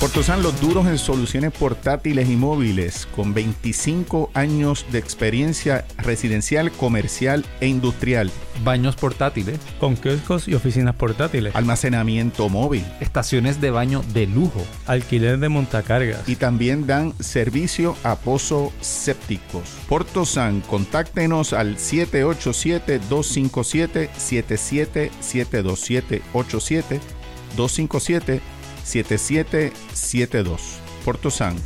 Portosan, los duros en soluciones portátiles y móviles, con 25 años de experiencia residencial, comercial e industrial.
Baños portátiles,
Con kioscos y oficinas portátiles.
Almacenamiento móvil.
estaciones de baño de lujo.
Ah.
Alquiler de montacargas.
Y también dan servicio a pozos sépticos. Portosan, contáctenos al 787-257-77727-787 257-7772. Portosan.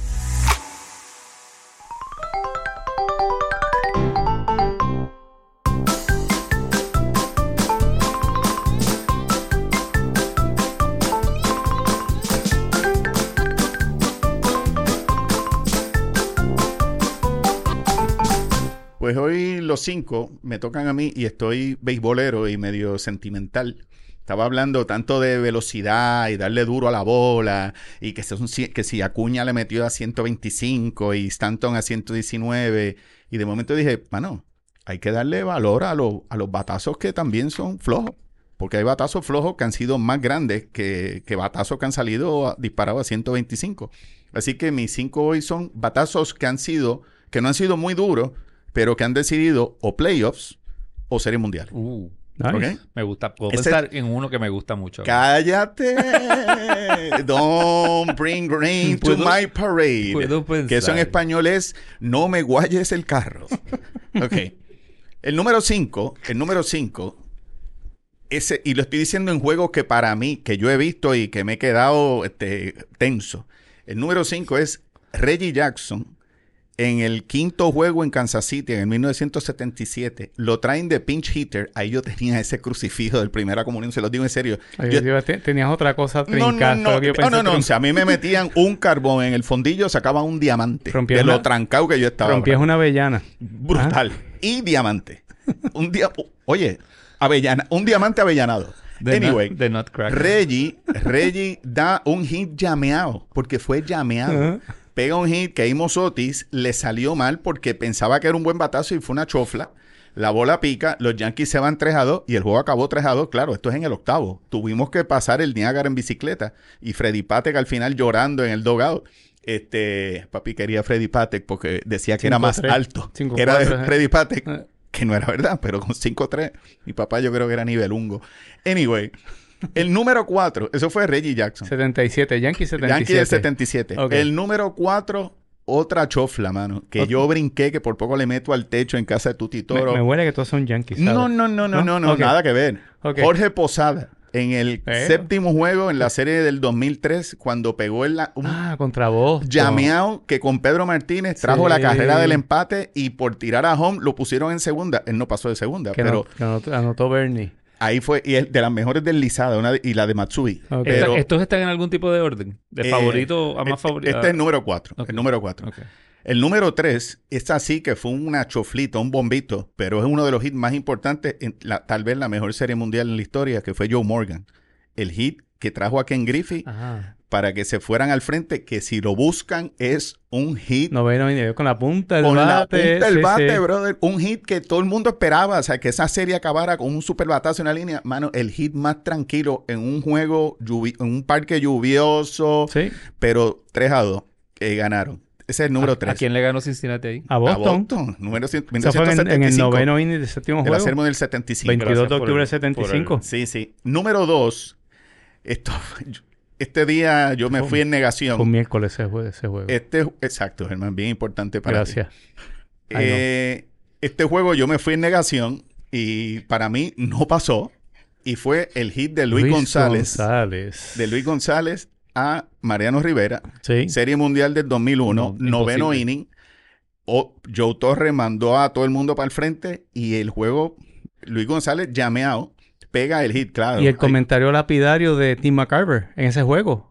Pues hoy los cinco me tocan a mí y estoy beisbolero y medio sentimental. Estaba hablando tanto de velocidad y darle duro a la bola y que, son cien- que si Acuña le metió a 125 y Stanton a 119 y de momento dije, mano, hay que darle valor a, los- a los batazos que también son flojos. Porque hay batazos flojos que han sido más grandes que, que batazos que han salido a- disparados a 125. Así que mis cinco hoy son batazos que han sido, que no han sido muy duros, pero que han decidido o playoffs o serie mundial.
Uh,
Nice.
¿Ok?
me gusta. Puedo
Ese-
pensar en uno que me gusta mucho.
Cállate. Don't bring rain to
Puedo-
my parade.
puedo
pues,
pensar.
Que eso en español es no me guayes el carro. ok. El número 5, el número 5, ese, y lo estoy diciendo en juegos que para mí, que yo he visto y que me he quedado este, tenso. El número 5 es Reggie Jackson. En el quinto juego en Kansas City, en el 1977, lo traen de pinch hitter. Ahí yo tenía ese crucifijo del Primera Comunión, se los digo en serio.
Ay,
Yo-
Dios, te- Tenías otra cosa
no, no,
trincada.
no.
lo que yo
no,
pensé,
no, no.
trin-
Si a mí me metían un carbón en el fondillo, sacaba un diamante.
Rompías
de lo
una-
trancado que yo estaba.
Rompías una avellana.
Brutal. Y diamante. Un día, oye, avellana, un diamante avellanado.
The nut-
Anyway,
the Nutcracker.
Reggie, Reggie da un hit llameado, porque fue llameado.
Ajá.
Pega un hit que Imo Sotis le salió mal porque pensaba que era un buen batazo y fue una chofla. La bola pica, los Yankees se van 3 a 2 y el juego acabó 3 a 2. Claro, esto es en el octavo. Tuvimos que pasar el Niágara en bicicleta y Freddy Patek al final llorando en el dugout. Este, papi quería a Freddy Patek porque decía que era más
5-3,
alto.
5-4,
era de
ajá.
Freddy Patek
Ah.
que no era verdad, pero con 5-3, mi papá yo creo que era nivelungo. Anyway, el número 4, eso fue Reggie Jackson.
77, Yankees 77.
Yankee del 77.
Ok.
El número 4, otra chofla, mano, que
Ot-
yo brinqué, que por poco le meto al techo en casa de Tuti
Me,
Toro.
me huele que todos son Yankees. ¿sabes?
no, no, no, no,
¿No?
no, no,
Ok.
nada que ver.
Ok.
Jorge Posada, en el
Eh.
séptimo juego en la serie del 2003, cuando pegó el, la- un
Ah, contra vos.
llameado que con Pedro Martínez trajo
Sí.
la carrera del empate y por tirar a home lo pusieron en segunda. Él no pasó de segunda,
Que
pero
anot- que anotó, anotó Bernie.
Ahí fue, y es de las mejores deslizadas, una de- y la de Matsui.
Ok.
Esta-
Pero
¿Estos están en algún tipo de orden? ¿De
Eh,
favorito a
este,
más favorito?
este es el número 4.
Ok.
El número 4.
Ok.
El número 3, esta sí que fue una choflita, un bombito, pero es uno de los hits más importantes, en la- tal vez la mejor serie mundial en la historia, que fue Joe Morgan. El hit que trajo a Ken Griffey
Ajá.
para que se fueran al frente, que si lo buscan es un hit
Noveno inning, con la punta del
con la
bate.
punta
sí,
del bate,
sí.
brother. Un hit que todo el mundo esperaba. O sea, que esa serie acabara con un super batazo en la línea. Mano, el hit más tranquilo en un juego, lluvi- en un parque lluvioso.
Sí,
Pero 3 a 2 eh, ganaron. Ese es el número
¿A- ¿A
3.
quién le ganó Cincinnati ahí?
a Boston.
Número cien-
Eso fue en,
1975.
en el noveno inning del séptimo
de la
juego.
serie del 75.
22 de
Gracias por
octubre del
el- por el-
75.
Sí, sí. Número 2. Esto, yo- este día yo me
Fue un-
fui en
Fue un
negación.
miércoles ese juego. ese juego.
Este, exacto, Germán, bien importante para ti.
Gracias. Ay, no.
Eh, Este juego yo me fui en negación y para mí no pasó. Y fue el hit de Luis, González,
González.
De Luis González a Mariano Rivera.
Sí.
Serie Mundial del 2001,
No,
noveno
imposible.
inning. O Joe Torre mandó a todo el mundo para el frente y el juego, Luis González llameado, pega el hit, claro.
Y el
Ay,
comentario lapidario de Tim McCarver en ese juego.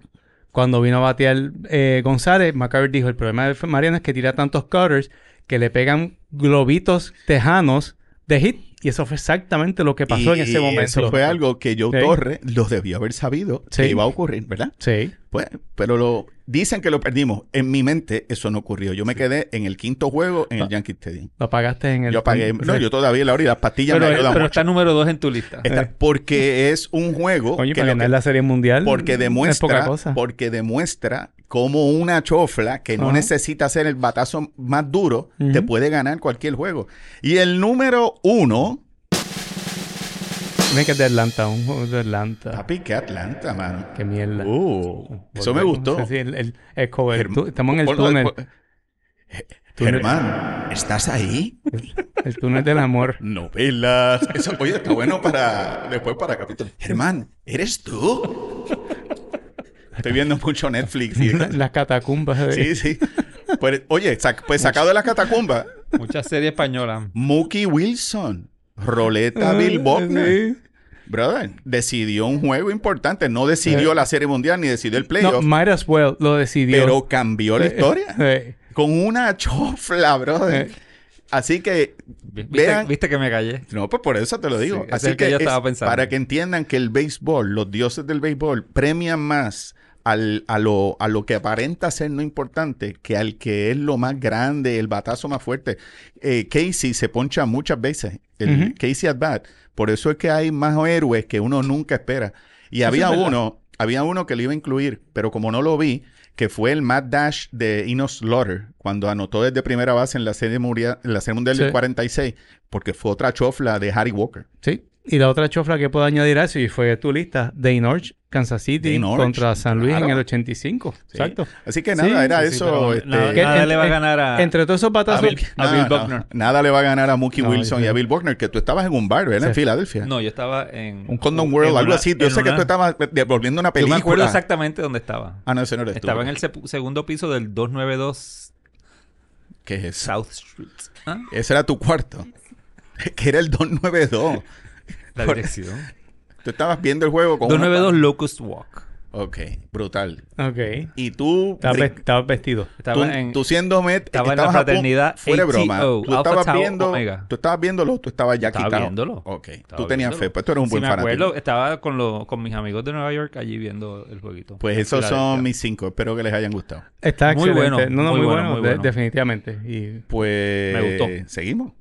Cuando vino a batear eh, González, McCarver dijo, el problema de Mariano es que tira tantos cutters que le pegan globitos tejanos de hit. Y eso fue exactamente lo que pasó
y-
en ese
y
momento.
Eso fue algo que Joe
Sí.
Torre lo debió haber sabido que
Sí.
iba a ocurrir, ¿verdad?
Sí.
Pues, pero lo dicen que lo perdimos. En mi mente eso no ocurrió. Yo me quedé en el quinto juego en el
Ah.
Yankee Stadium.
Lo apagaste en el...
Yo pagué. No, yo todavía la hora y las pastillas
Pero,
me ayudan
pero
mucho.
está número dos en tu lista.
Está- porque es un juego
Oye,
que
eh. para
lo
ganar
que-
la Serie Mundial
porque
es poca
demuestra
cosa.
porque demuestra cómo una chofla que no
Ajá.
necesita ser el batazo más duro te
Ujú.
puede ganar cualquier juego. Y el número uno,
Dime que es de Atlanta, un juego de Atlanta.
papi, que Atlanta, mano.
Qué mierda.
Ah, Uh, eso me
Volvemos.
gustó.
Sí, sí, el- el- el cover.
Germ-
Tú- Estamos en el
Ponlo
túnel.
después. Germán, ¿estás ahí?
El túnel del amor.
Novelas. Eso, oye, está bueno para después para capítulo. Germán, ¿eres tú? Estoy viendo mucho Netflix. y-
Las catacumbas. de-
sí, sí. Pues, oye, sac- pues sacado de las catacumbas,
Mucha serie española.
Mookie Wilson, Roleta Bill Buckner.
Ah, Sí.
Brother, decidió un juego importante. No decidió la Serie Mundial ni decidió el
No,
playoff,
might as well lo decidió.
pero cambió la historia.
Eh,
Con una chofla, brother.
Eh.
Así que
Vi- ¿Viste,
vean
viste que me callé.
No, pues por eso te lo digo.
Sí, ese es
Así
el que
que,
yo
es
estaba pensando.
para que entiendan que el béisbol, los dioses del béisbol, premian más al, a, lo, a lo que aparenta ser no importante que al que es lo más grande, el batazo más fuerte. Eh, Casey se poncha muchas veces, el
Ujú.
Casey at bat. Por eso es que hay más héroes que uno nunca espera. Y había
verdad.
uno, había uno que lo iba a incluir, pero como no lo vi, que fue el Mad Dash de Enos Slaughter, cuando anotó desde primera base en la serie, muria- en la serie mundial del
Sí.
46, porque fue otra chofla de Harry Walker.
sí. Y la otra chofla que puedo añadir a eso, y fue tu lista, Dane Orange, Kansas City
Dane Orch,
contra San Luis
claro.
en el 85.
Sí.
Exacto.
Así que nada,
Sí,
era
Sí, sí,
eso.
pero
este,
nada,
Que
nada
en-
le va a
en-
ganar a...
Entre todos esos
Ah, a
batazos...
Bill-
a
nada,
Bill
no,
Buckner.
nada le va a ganar a Mookie
No,
Wilson y
sí.
a Bill Buckner, que tú estabas en un bar, ¿verdad? En
Sí.
Filadelfia.
No, yo estaba en...
Un Condom World,
en
algo
una-
así. Yo
en
sé que
una-
tú estabas devolviendo una
Yo me
película.
acuerdo exactamente dónde estaba.
Ah, no, ese no eres tú.
Estaba en el sepu- segundo piso del 292
¿Qué es eso?
South Street. ¿Ah?
Ese era tu cuarto. que era el 292.
La dirección.
Tú estabas viendo el juego con... una-
292 Locust Walk.
Ok, brutal.
Ok.
Y tú,
Estabas ve-
Ric-
estabas vestido.
Estaba
tú,
en-
tú siendo Met,
estaba en la
estabas a punto-
fraternidad
fuera de
ATO,
broma. Tú
Alpha
estabas,
Tau
viendo,
Ah, pues Omega.
tú estabas viéndolo, o tú estabas ya
Estaba
quitado.
viéndolo.
Ok,
Estaba
tú tenías
viéndolo.
fe, pues tú eres un
Sí,
buen
me
fanático.
acuerdo, estaba con, lo- con mis amigos de Nueva York allí viendo el jueguito.
Pues
En
esos son
Filadelfia.
mis cinco, espero que les hayan gustado.
Está
Muy
excelente.
bueno,
No, no,
muy
muy,
bueno,
bueno,
muy
de-
bueno.
definitivamente. Y
Pues
Me gustó.
seguimos.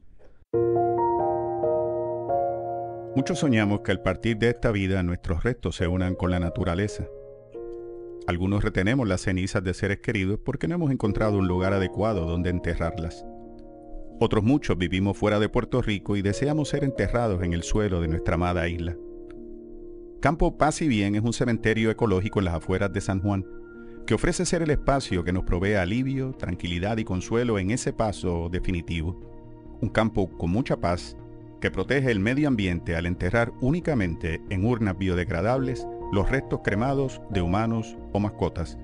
Muchos soñamos que al partir de esta vida nuestros restos se unan con la naturaleza. Algunos retenemos las cenizas de seres queridos porque no hemos encontrado un lugar adecuado donde enterrarlas. Otros muchos vivimos fuera de Puerto Rico y deseamos ser enterrados en el suelo de nuestra amada isla. Campo Paz y Bien es un cementerio ecológico en las afueras de San Juan que ofrece ser el espacio que nos provee alivio, tranquilidad y consuelo en ese paso definitivo. Un campo con mucha paz que protege el medio ambiente al enterrar únicamente en urnas biodegradables los restos cremados de humanos o mascotas.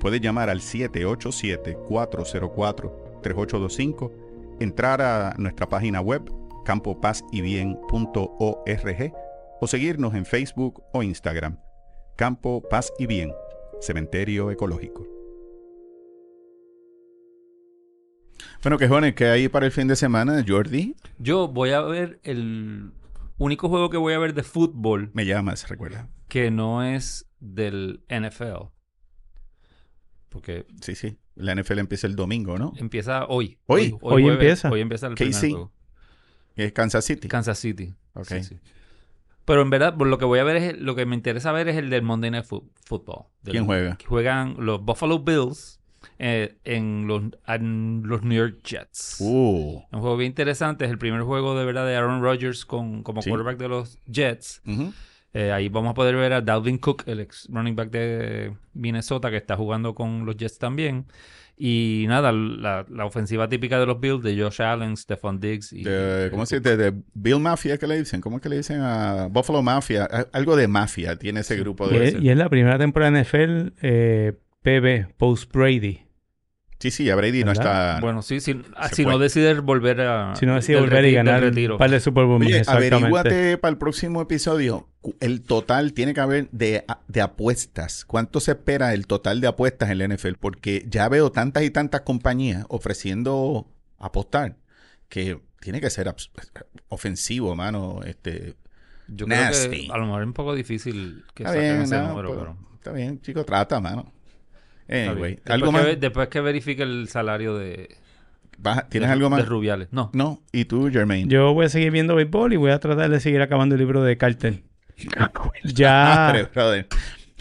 Puede llamar al 787-404-3825, entrar a nuestra página web campopazybien.org o seguirnos en Facebook o Instagram. Campo Paz y Bien. Cementerio Ecológico. Bueno, quejones, que hay para el fin de semana, Jordi?
Yo voy a ver el único juego que voy a ver de fútbol
Me llamas, recuerda.
que no es del NFL. Porque
Sí, sí. La NFL empieza el domingo, ¿no?
empieza hoy.
Hoy.
Hoy
jueves,
empieza.
Hoy empieza el
KC.
primer juego.
Es Kansas City.
Kansas City.
Ok.
Sí, sí. Pero en verdad, por lo que voy a ver es, lo que me interesa ver es el del Monday Night Fu- Football. Del-
¿Quién juega?
que juegan los Buffalo Bills eh, en, los, en los New York Jets.
Uh.
Un juego bien interesante. Es el primer juego de verdad de Aaron Rodgers con, como
Sí.
quarterback de los Jets.
Ujú.
Eh, ahí vamos a poder ver a Dalvin Cook, el ex running back de Minnesota, que está jugando con los Jets también. Y nada, la, la ofensiva típica de los Bills, de Josh Allen, Stephon Diggs y...
De- ¿Cómo se dice? De, de Bill Mafia, ¿qué le dicen? ¿Cómo es que le dicen a Buffalo Mafia? A- Algo de mafia tiene ese grupo
y
de...
es, y es la primera temporada de NFL eh, PB, Post Brady.
Sí, sí, a Brady no
¿Verdad?
está...
Bueno, sí, si, ah,
Se
si no
fue.
decides volver a...
Si no decide
Ah, del
volver
reti-
y
del
ganar
retiro.
un par de Super Bowl,
Oye,
exactamente.
averíguate para el próximo episodio. cu- El total tiene que haber de, de apuestas. ¿Cuánto se espera el total de apuestas en la NFL? Porque ya veo tantas y tantas compañías ofreciendo apostar que tiene que ser abs- ofensivo, mano. Este,
Yo creo
Nasty.
que a lo mejor es un poco difícil que
está,
saquen
bien,
ese
no,
número,
pues,
pero...
está bien, chico, trata, mano.
está bien.
Anyway,
Después
¿algo
que
más?
ve- después que verifique el salario de...
Baja- ¿Tienes
de-
algo
De
más?
Rubiales. No.
No, y tú, Jermaine.
Yo voy a seguir viendo béisbol y voy a tratar de seguir acabando el libro de Carter. ya,
Madre, brother.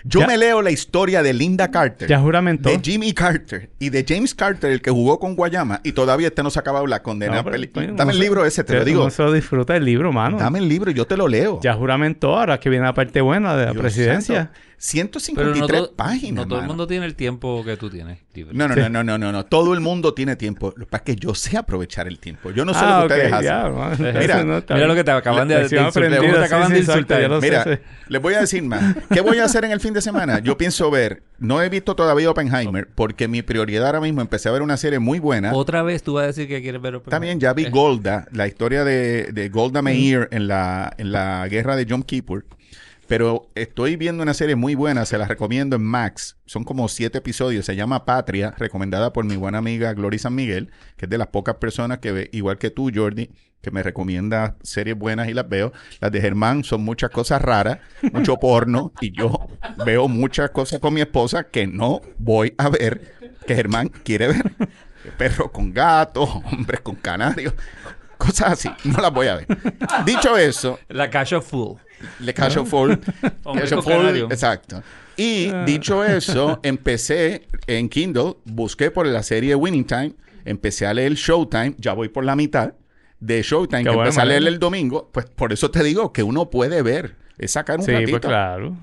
Yo
Ya.
me leo la historia de Linda Carter.
ya juramentó.
De Jimmy Carter y de James Carter, el que jugó con Guayama, y todavía este no se ha acabado la condena.
No, pero,
peli-
coño, no
Dame el
sé-
libro ese, te lo
que
digo.
No se lo disfruta el libro, mano.
Dame el libro y yo te lo leo.
Ya juramentó, ahora que viene la parte buena de la
Dios
presidencia.
santo.
Pero
153
no, todo-
páginas.
no todo el
mano.
mundo tiene el tiempo que tú tienes. libre.
No, no,
Sí.
no, no, no, no, no. Todo el mundo tiene tiempo. Lo que pasa es que yo sé aprovechar el tiempo. Yo no sé
Ah,
lo que
ok,
ustedes hacen.
ya, mano.
Mira,
Eso no está
Mira
bien.
lo que te acaban de, de
Lección
insultar.
aprendida,
¿Cómo te
sí,
acaban
sí,
de
exacto,
insultar?
ya lo sé.
Mira,
sí.
les voy a decir más. ¿Qué voy a hacer en el fin de semana? Yo pienso ver, no he visto todavía Oppenheimer, porque mi prioridad ahora mismo empecé a ver una serie muy buena.
Otra vez tú vas a decir que quieres ver... Oppenheimer.
También ya vi
Eh,
Golda, la historia de, de Golda Meir en la, en la guerra de John Kippur. Pero estoy viendo una serie muy buena, se la recomiendo en Max. Son como siete episodios, se llama Patria, recomendada por mi buena amiga Glory San Miguel, que es de las pocas personas que ve, igual que tú, Jordi, que me recomienda series buenas y las veo. Las de Germán son muchas cosas raras, mucho porno, y yo veo muchas cosas con mi esposa que no voy a ver, que Germán quiere ver. Perros con gatos, hombres con canarios, cosas así. No las voy a ver. Dicho eso,
La Cash of Fool.
le cacho full.
Hombres
Cacho
con
full,
canario.
Exacto. Y
Ah.
dicho eso, empecé en Kindle, busqué por la serie Winning Time, empecé a leer Showtime, ya voy por la mitad de Showtime,
Qué
que
buena
empecé a
manera.
leer el domingo. Pues por eso te digo que uno puede ver. Es sacar un
Sí,
ratito.
pues claro.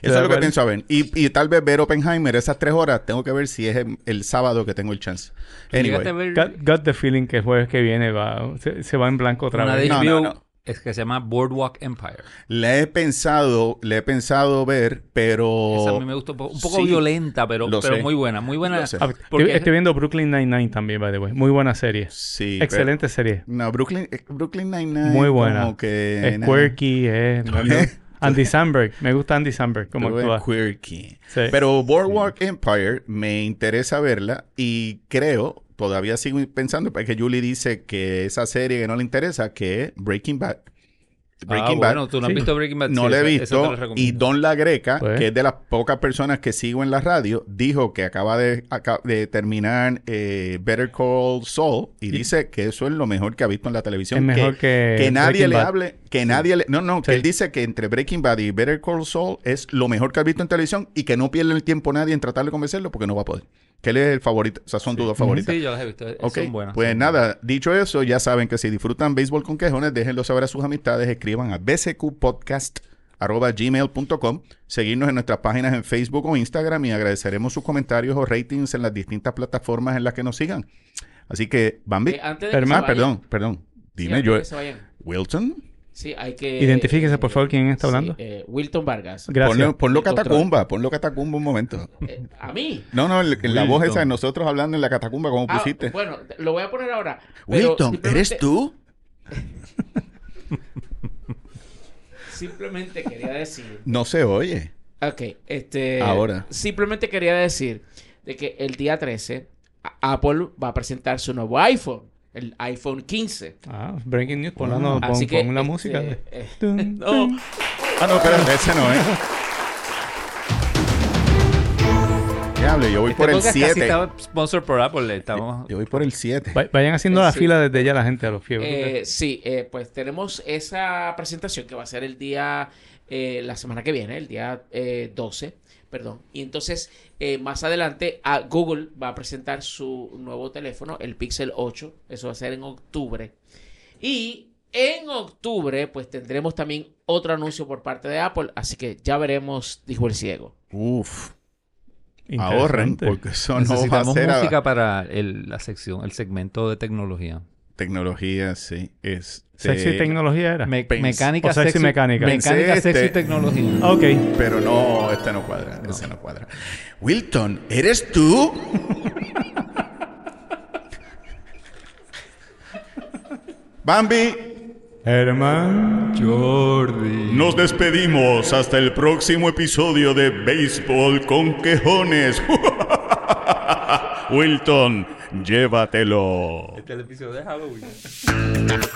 Eso es lo que
Pero-
pienso a ver. Y, y tal vez ver Oppenheimer esas tres horas. Tengo que ver si es el, el sábado que tengo el chance.
Llegaste a
Anyway.
ver
Got, got the feeling que el jueves que viene va, se, se va en blanco otra
una de
vez.
No, no,
HBO
no.
Es que se llama Boardwalk Empire.
Le he pensado, le he pensado ver, pero...
Esa a mí me gustó un po- un poco
Oh, sí,
violenta, pero,
lo
pero
sé.
muy buena. Muy buena.
Lo sé.
Ah,
Porque-
estoy, estoy viendo Brooklyn Nine-Nine también, by the way. Muy buena serie.
Sí. pero-
Excelente serie.
No, Brooklyn, eh, Brooklyn Nine-Nine.
Muy buena.
Como que...
Es
nah.
quirky, es...
Eh,
Andy Samberg. Me gusta Andy Samberg como
Estuve en
actúa.
Quirky.
Sí.
Pero Boardwalk Empire me interesa verla y creo, todavía sigo pensando, porque Julie dice que esa serie que no le interesa, que es Breaking Bad. Breaking Bad.
Ah, Bueno, tú no has
Sí.
visto Breaking Bad.
No
Ah, Sí,
la he
esa- esa te
visto.
la recomiendo.
Y Don La Greca,
Pues.
que es de las pocas personas que sigo en la radio, dijo que acaba de, aca- de terminar eh, Better Call Saul y dice que eso es lo mejor que ha visto en la televisión.
Es mejor que
nadie
Breaking
le
Bad.
hable, que nadie le... No, no, que
Sí.
él dice que entre Breaking Bad y Better Call Saul es lo mejor que ha visto en televisión y que no pierde el tiempo nadie en tratar de convencerlo porque no va a poder. Que él es el favorito. O sea, son tus dos favoritas.
Sí, yo las he visto.
Ok,
Son buenas.
pues
son
nada, dicho eso, ya saben que si disfrutan béisbol con quejones, déjenlo saber a sus amistades, escriban a bcqpodcast.gmail.com, seguirnos en nuestras páginas en Facebook o Instagram y agradeceremos sus comentarios o ratings en las distintas plataformas en las que nos sigan. Así que, Bambi,
Eh, antes de que
Hermano,
ah,
se vayan-
perdón, perdón,
sí,
dime
antes
yo,
de que se vayan.
Wilton,
Sí, hay que... eh,
Identifíquese, por favor, quién está
sí,
hablando.
eh, Wilton Vargas.
Gracias.
ponlo, ponlo
Wilton
catacumba, ponlo catacumba un momento.
Eh, a mí.
No, no, el- en la voz
Wilton.
esa de nosotros hablando en la catacumba como
Ah,
pusiste.
bueno, lo voy a poner ahora. pero
Wilton, ¿eres
simplemente-
tú?
Simplemente quería decir...
No se oye.
Ok, este...
Ahora.
Simplemente quería decir de que el día 13 a- Apple va a presentar su nuevo iPhone, el iPhone 15.
Ah, Breaking News, ponlo, pon,
Así que,
pon la
este,
música. de-
eh,
Dun,
No,
dun.
Ah, no, espérate, ese no es. Diablo, yo voy
Este
por el
podcast casi
7.
estaba sponsor por Apple. Estamos...
Yo voy por el 7.
Va- Vayan haciendo
Eh,
la
sí.
fila desde ya la gente a los fiebres.
Eh, sí, eh, pues tenemos esa presentación que va a ser el día, eh, la semana que viene, el día eh, 12, perdón. Y entonces, eh, más adelante, a Google va a presentar su nuevo teléfono, el Pixel 8. Eso va a ser en octubre. Y en octubre, pues tendremos también otro anuncio por parte de Apple. Así que ya veremos, dijo el ciego.
Uf,
Interesante.
ahorren, porque eso no va a
Necesitamos
ser a-
música para el, la sección, el segmento de tecnología.
tecnología, sí. Es, eh,
Sexy tecnología era.
Me-
Pens-
mecánica,
o sexy mecánica.
Mecánica,
Pensé
sexy,
este-
tecnología.
Ok.
Pero no, esta no cuadra, esta no cuadra. Wilton, ¿eres tú? Bambi,
Herman.
Jordi.
Nos despedimos hasta el próximo episodio de Béisbol con Quejones. Wilton, llévatelo.
El episodio de Halloween.